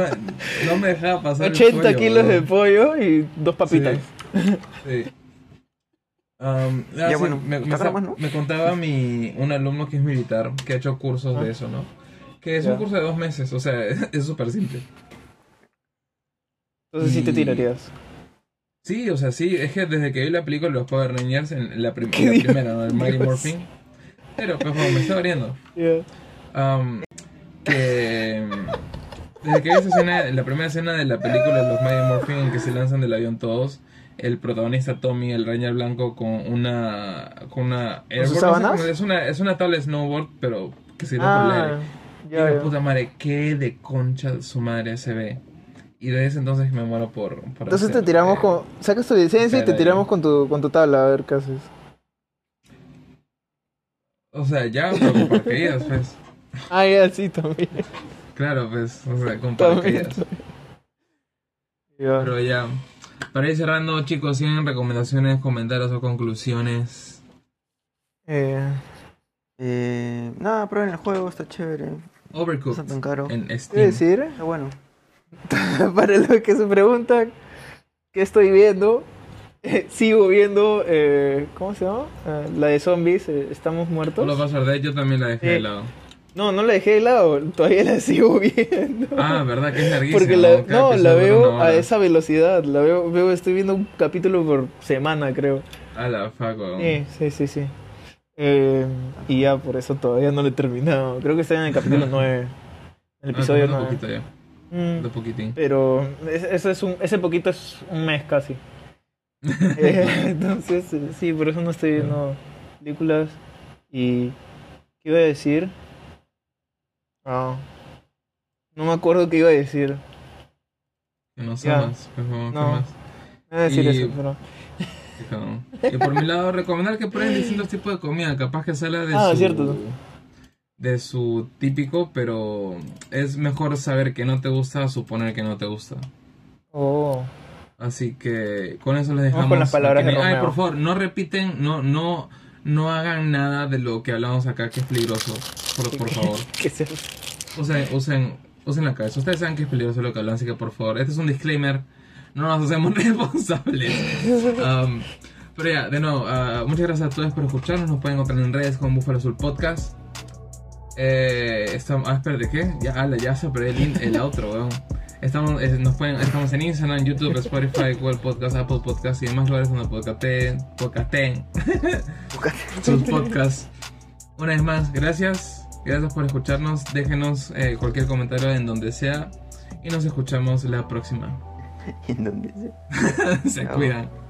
[SPEAKER 1] no me dejaba pasar el
[SPEAKER 2] 80
[SPEAKER 1] pollo,
[SPEAKER 2] kilos de
[SPEAKER 1] huevón.
[SPEAKER 2] pollo y dos papitas.
[SPEAKER 1] Sí. sí. Um, ah,
[SPEAKER 3] Ya,
[SPEAKER 1] sí,
[SPEAKER 3] bueno,
[SPEAKER 1] me, me
[SPEAKER 3] ¿te acuerdas
[SPEAKER 1] sa-
[SPEAKER 3] más, no?
[SPEAKER 1] me contaba mi, un alumno que es militar, que ha hecho cursos de eso, ¿no? Que es
[SPEAKER 2] Ya.
[SPEAKER 1] un curso de dos meses, o sea, es súper simple.
[SPEAKER 2] Entonces sí te
[SPEAKER 1] Y-
[SPEAKER 2] tirarías.
[SPEAKER 1] Sí, o sea, sí, es que desde que vi la película de los Power Rangers, en la, prim-
[SPEAKER 2] ¿Qué
[SPEAKER 1] la
[SPEAKER 2] Dios?
[SPEAKER 1] primera, ¿no? El Mighty
[SPEAKER 2] Dios.
[SPEAKER 1] Morphin. Pero, pues, bueno, me está abriendo.
[SPEAKER 2] Ya.
[SPEAKER 1] Um, que mm, desde que vi esa escena, la primera escena de la película de los Mighty Morphin en que se lanzan del avión todos, el protagonista Tommy, el ranger blanco con una con una
[SPEAKER 2] sus
[SPEAKER 1] no sé cómo-
[SPEAKER 2] sábanas?
[SPEAKER 1] es una es una tabla de snowboard, pero que se lanza por el aire.
[SPEAKER 2] Ah,
[SPEAKER 1] Y
[SPEAKER 2] ya,
[SPEAKER 1] digo,
[SPEAKER 2] ya.
[SPEAKER 1] puta madre, qué de concha su madre se ve. Y desde entonces me muero por, por
[SPEAKER 2] Entonces
[SPEAKER 1] hacer,
[SPEAKER 2] te tiramos
[SPEAKER 1] eh,
[SPEAKER 2] con. Sacas tu licencia y te
[SPEAKER 1] Caray.
[SPEAKER 2] tiramos con tu, con tu tabla, a ver qué haces.
[SPEAKER 1] O sea, ya, pero con paracaídas, pues.
[SPEAKER 2] Ah, ya, sí, también.
[SPEAKER 1] Claro, pues, o sea, con
[SPEAKER 2] También.
[SPEAKER 1] paracaídas.
[SPEAKER 2] Ya.
[SPEAKER 1] Pero ya, para ir cerrando, chicos, ¿tienen recomendaciones, comentarios o conclusiones?
[SPEAKER 2] Eh,
[SPEAKER 3] Eh, nada, prueben el juego, está chévere. No está tan
[SPEAKER 1] Overcooked
[SPEAKER 3] caro.
[SPEAKER 1] en
[SPEAKER 2] ¿Qué
[SPEAKER 1] Steam.
[SPEAKER 2] decir?
[SPEAKER 3] Está bueno.
[SPEAKER 2] Para los que se preguntan qué estoy viendo, eh, sigo viendo. eh, ¿Cómo se llama? Ah, la de zombies, eh, ¿estamos muertos?
[SPEAKER 1] Solo Bastard Dead yo también la dejé de
[SPEAKER 2] Sí.
[SPEAKER 1] lado.
[SPEAKER 2] No, no la dejé de lado, todavía la sigo viendo.
[SPEAKER 1] Ah, verdad que es larguísima.
[SPEAKER 2] Porque la,
[SPEAKER 1] Cada
[SPEAKER 2] no,
[SPEAKER 1] episodio
[SPEAKER 2] la
[SPEAKER 1] dura
[SPEAKER 2] veo
[SPEAKER 1] una
[SPEAKER 2] a
[SPEAKER 1] hora.
[SPEAKER 2] esa velocidad, la veo, veo, estoy viendo un capítulo por semana, creo.
[SPEAKER 1] A la faco.
[SPEAKER 2] Sí, sí, sí, sí. Eh, y ya por eso todavía no lo he terminado. Creo que está en el capítulo 9. El episodio
[SPEAKER 1] no,
[SPEAKER 2] 9.
[SPEAKER 1] Ah, poquito ya,
[SPEAKER 2] Mm,
[SPEAKER 1] de poquitín.
[SPEAKER 2] pero es- eso es un, ese poquito es un mes casi. Eh, entonces, eh, sí, por eso no estoy viendo películas. Y. ¿Qué iba a decir? Ah, no me acuerdo qué iba a decir.
[SPEAKER 1] Que no sé
[SPEAKER 2] Ya.
[SPEAKER 1] más, por favor,
[SPEAKER 2] No.
[SPEAKER 1] ¿qué más?
[SPEAKER 2] No iba a decir
[SPEAKER 1] Y-
[SPEAKER 2] eso, pero.
[SPEAKER 1] Qué cabrón. Y por mi lado, recomendar que prueben distintos tipos de comida. Capaz que salga de
[SPEAKER 2] Ah,
[SPEAKER 1] su...
[SPEAKER 2] cierto.
[SPEAKER 1] De su típico, pero es mejor saber que no te gusta a suponer que no te gusta.
[SPEAKER 2] Oh,
[SPEAKER 1] Así que con eso les dejamos.
[SPEAKER 2] Vamos con las palabras de
[SPEAKER 1] Ay,
[SPEAKER 2] Romeo.
[SPEAKER 1] por favor, no repiten, no, no, no hagan nada de lo que hablamos acá que es peligroso. Por, por favor.
[SPEAKER 2] que se-
[SPEAKER 1] Usen, usen, usen la cabeza. Ustedes saben que es peligroso lo que hablan, así que por favor, este es un disclaimer. No nos hacemos responsables. Am, pero uh, ya, de nuevo, ah, muchas gracias a todos por escucharnos. Nos pueden encontrar en redes con Búfalo Azul Podcast. Eh, estamos, ah, espérate, ¿qué? Ya, ala, ya separé el, in- el outro, weón. Estamos, eh, nos pueden, estamos en Instagram, YouTube, Spotify, Google Podcast, Apple Podcast y demás lugares donde podcasten, podcasten sus podcasts. Una vez más, gracias. Gracias por escucharnos. Déjenos eh, cualquier comentario en donde sea. Y nos escuchamos la próxima.
[SPEAKER 3] en donde sea.
[SPEAKER 1] Se
[SPEAKER 3] Chao.
[SPEAKER 1] cuidan.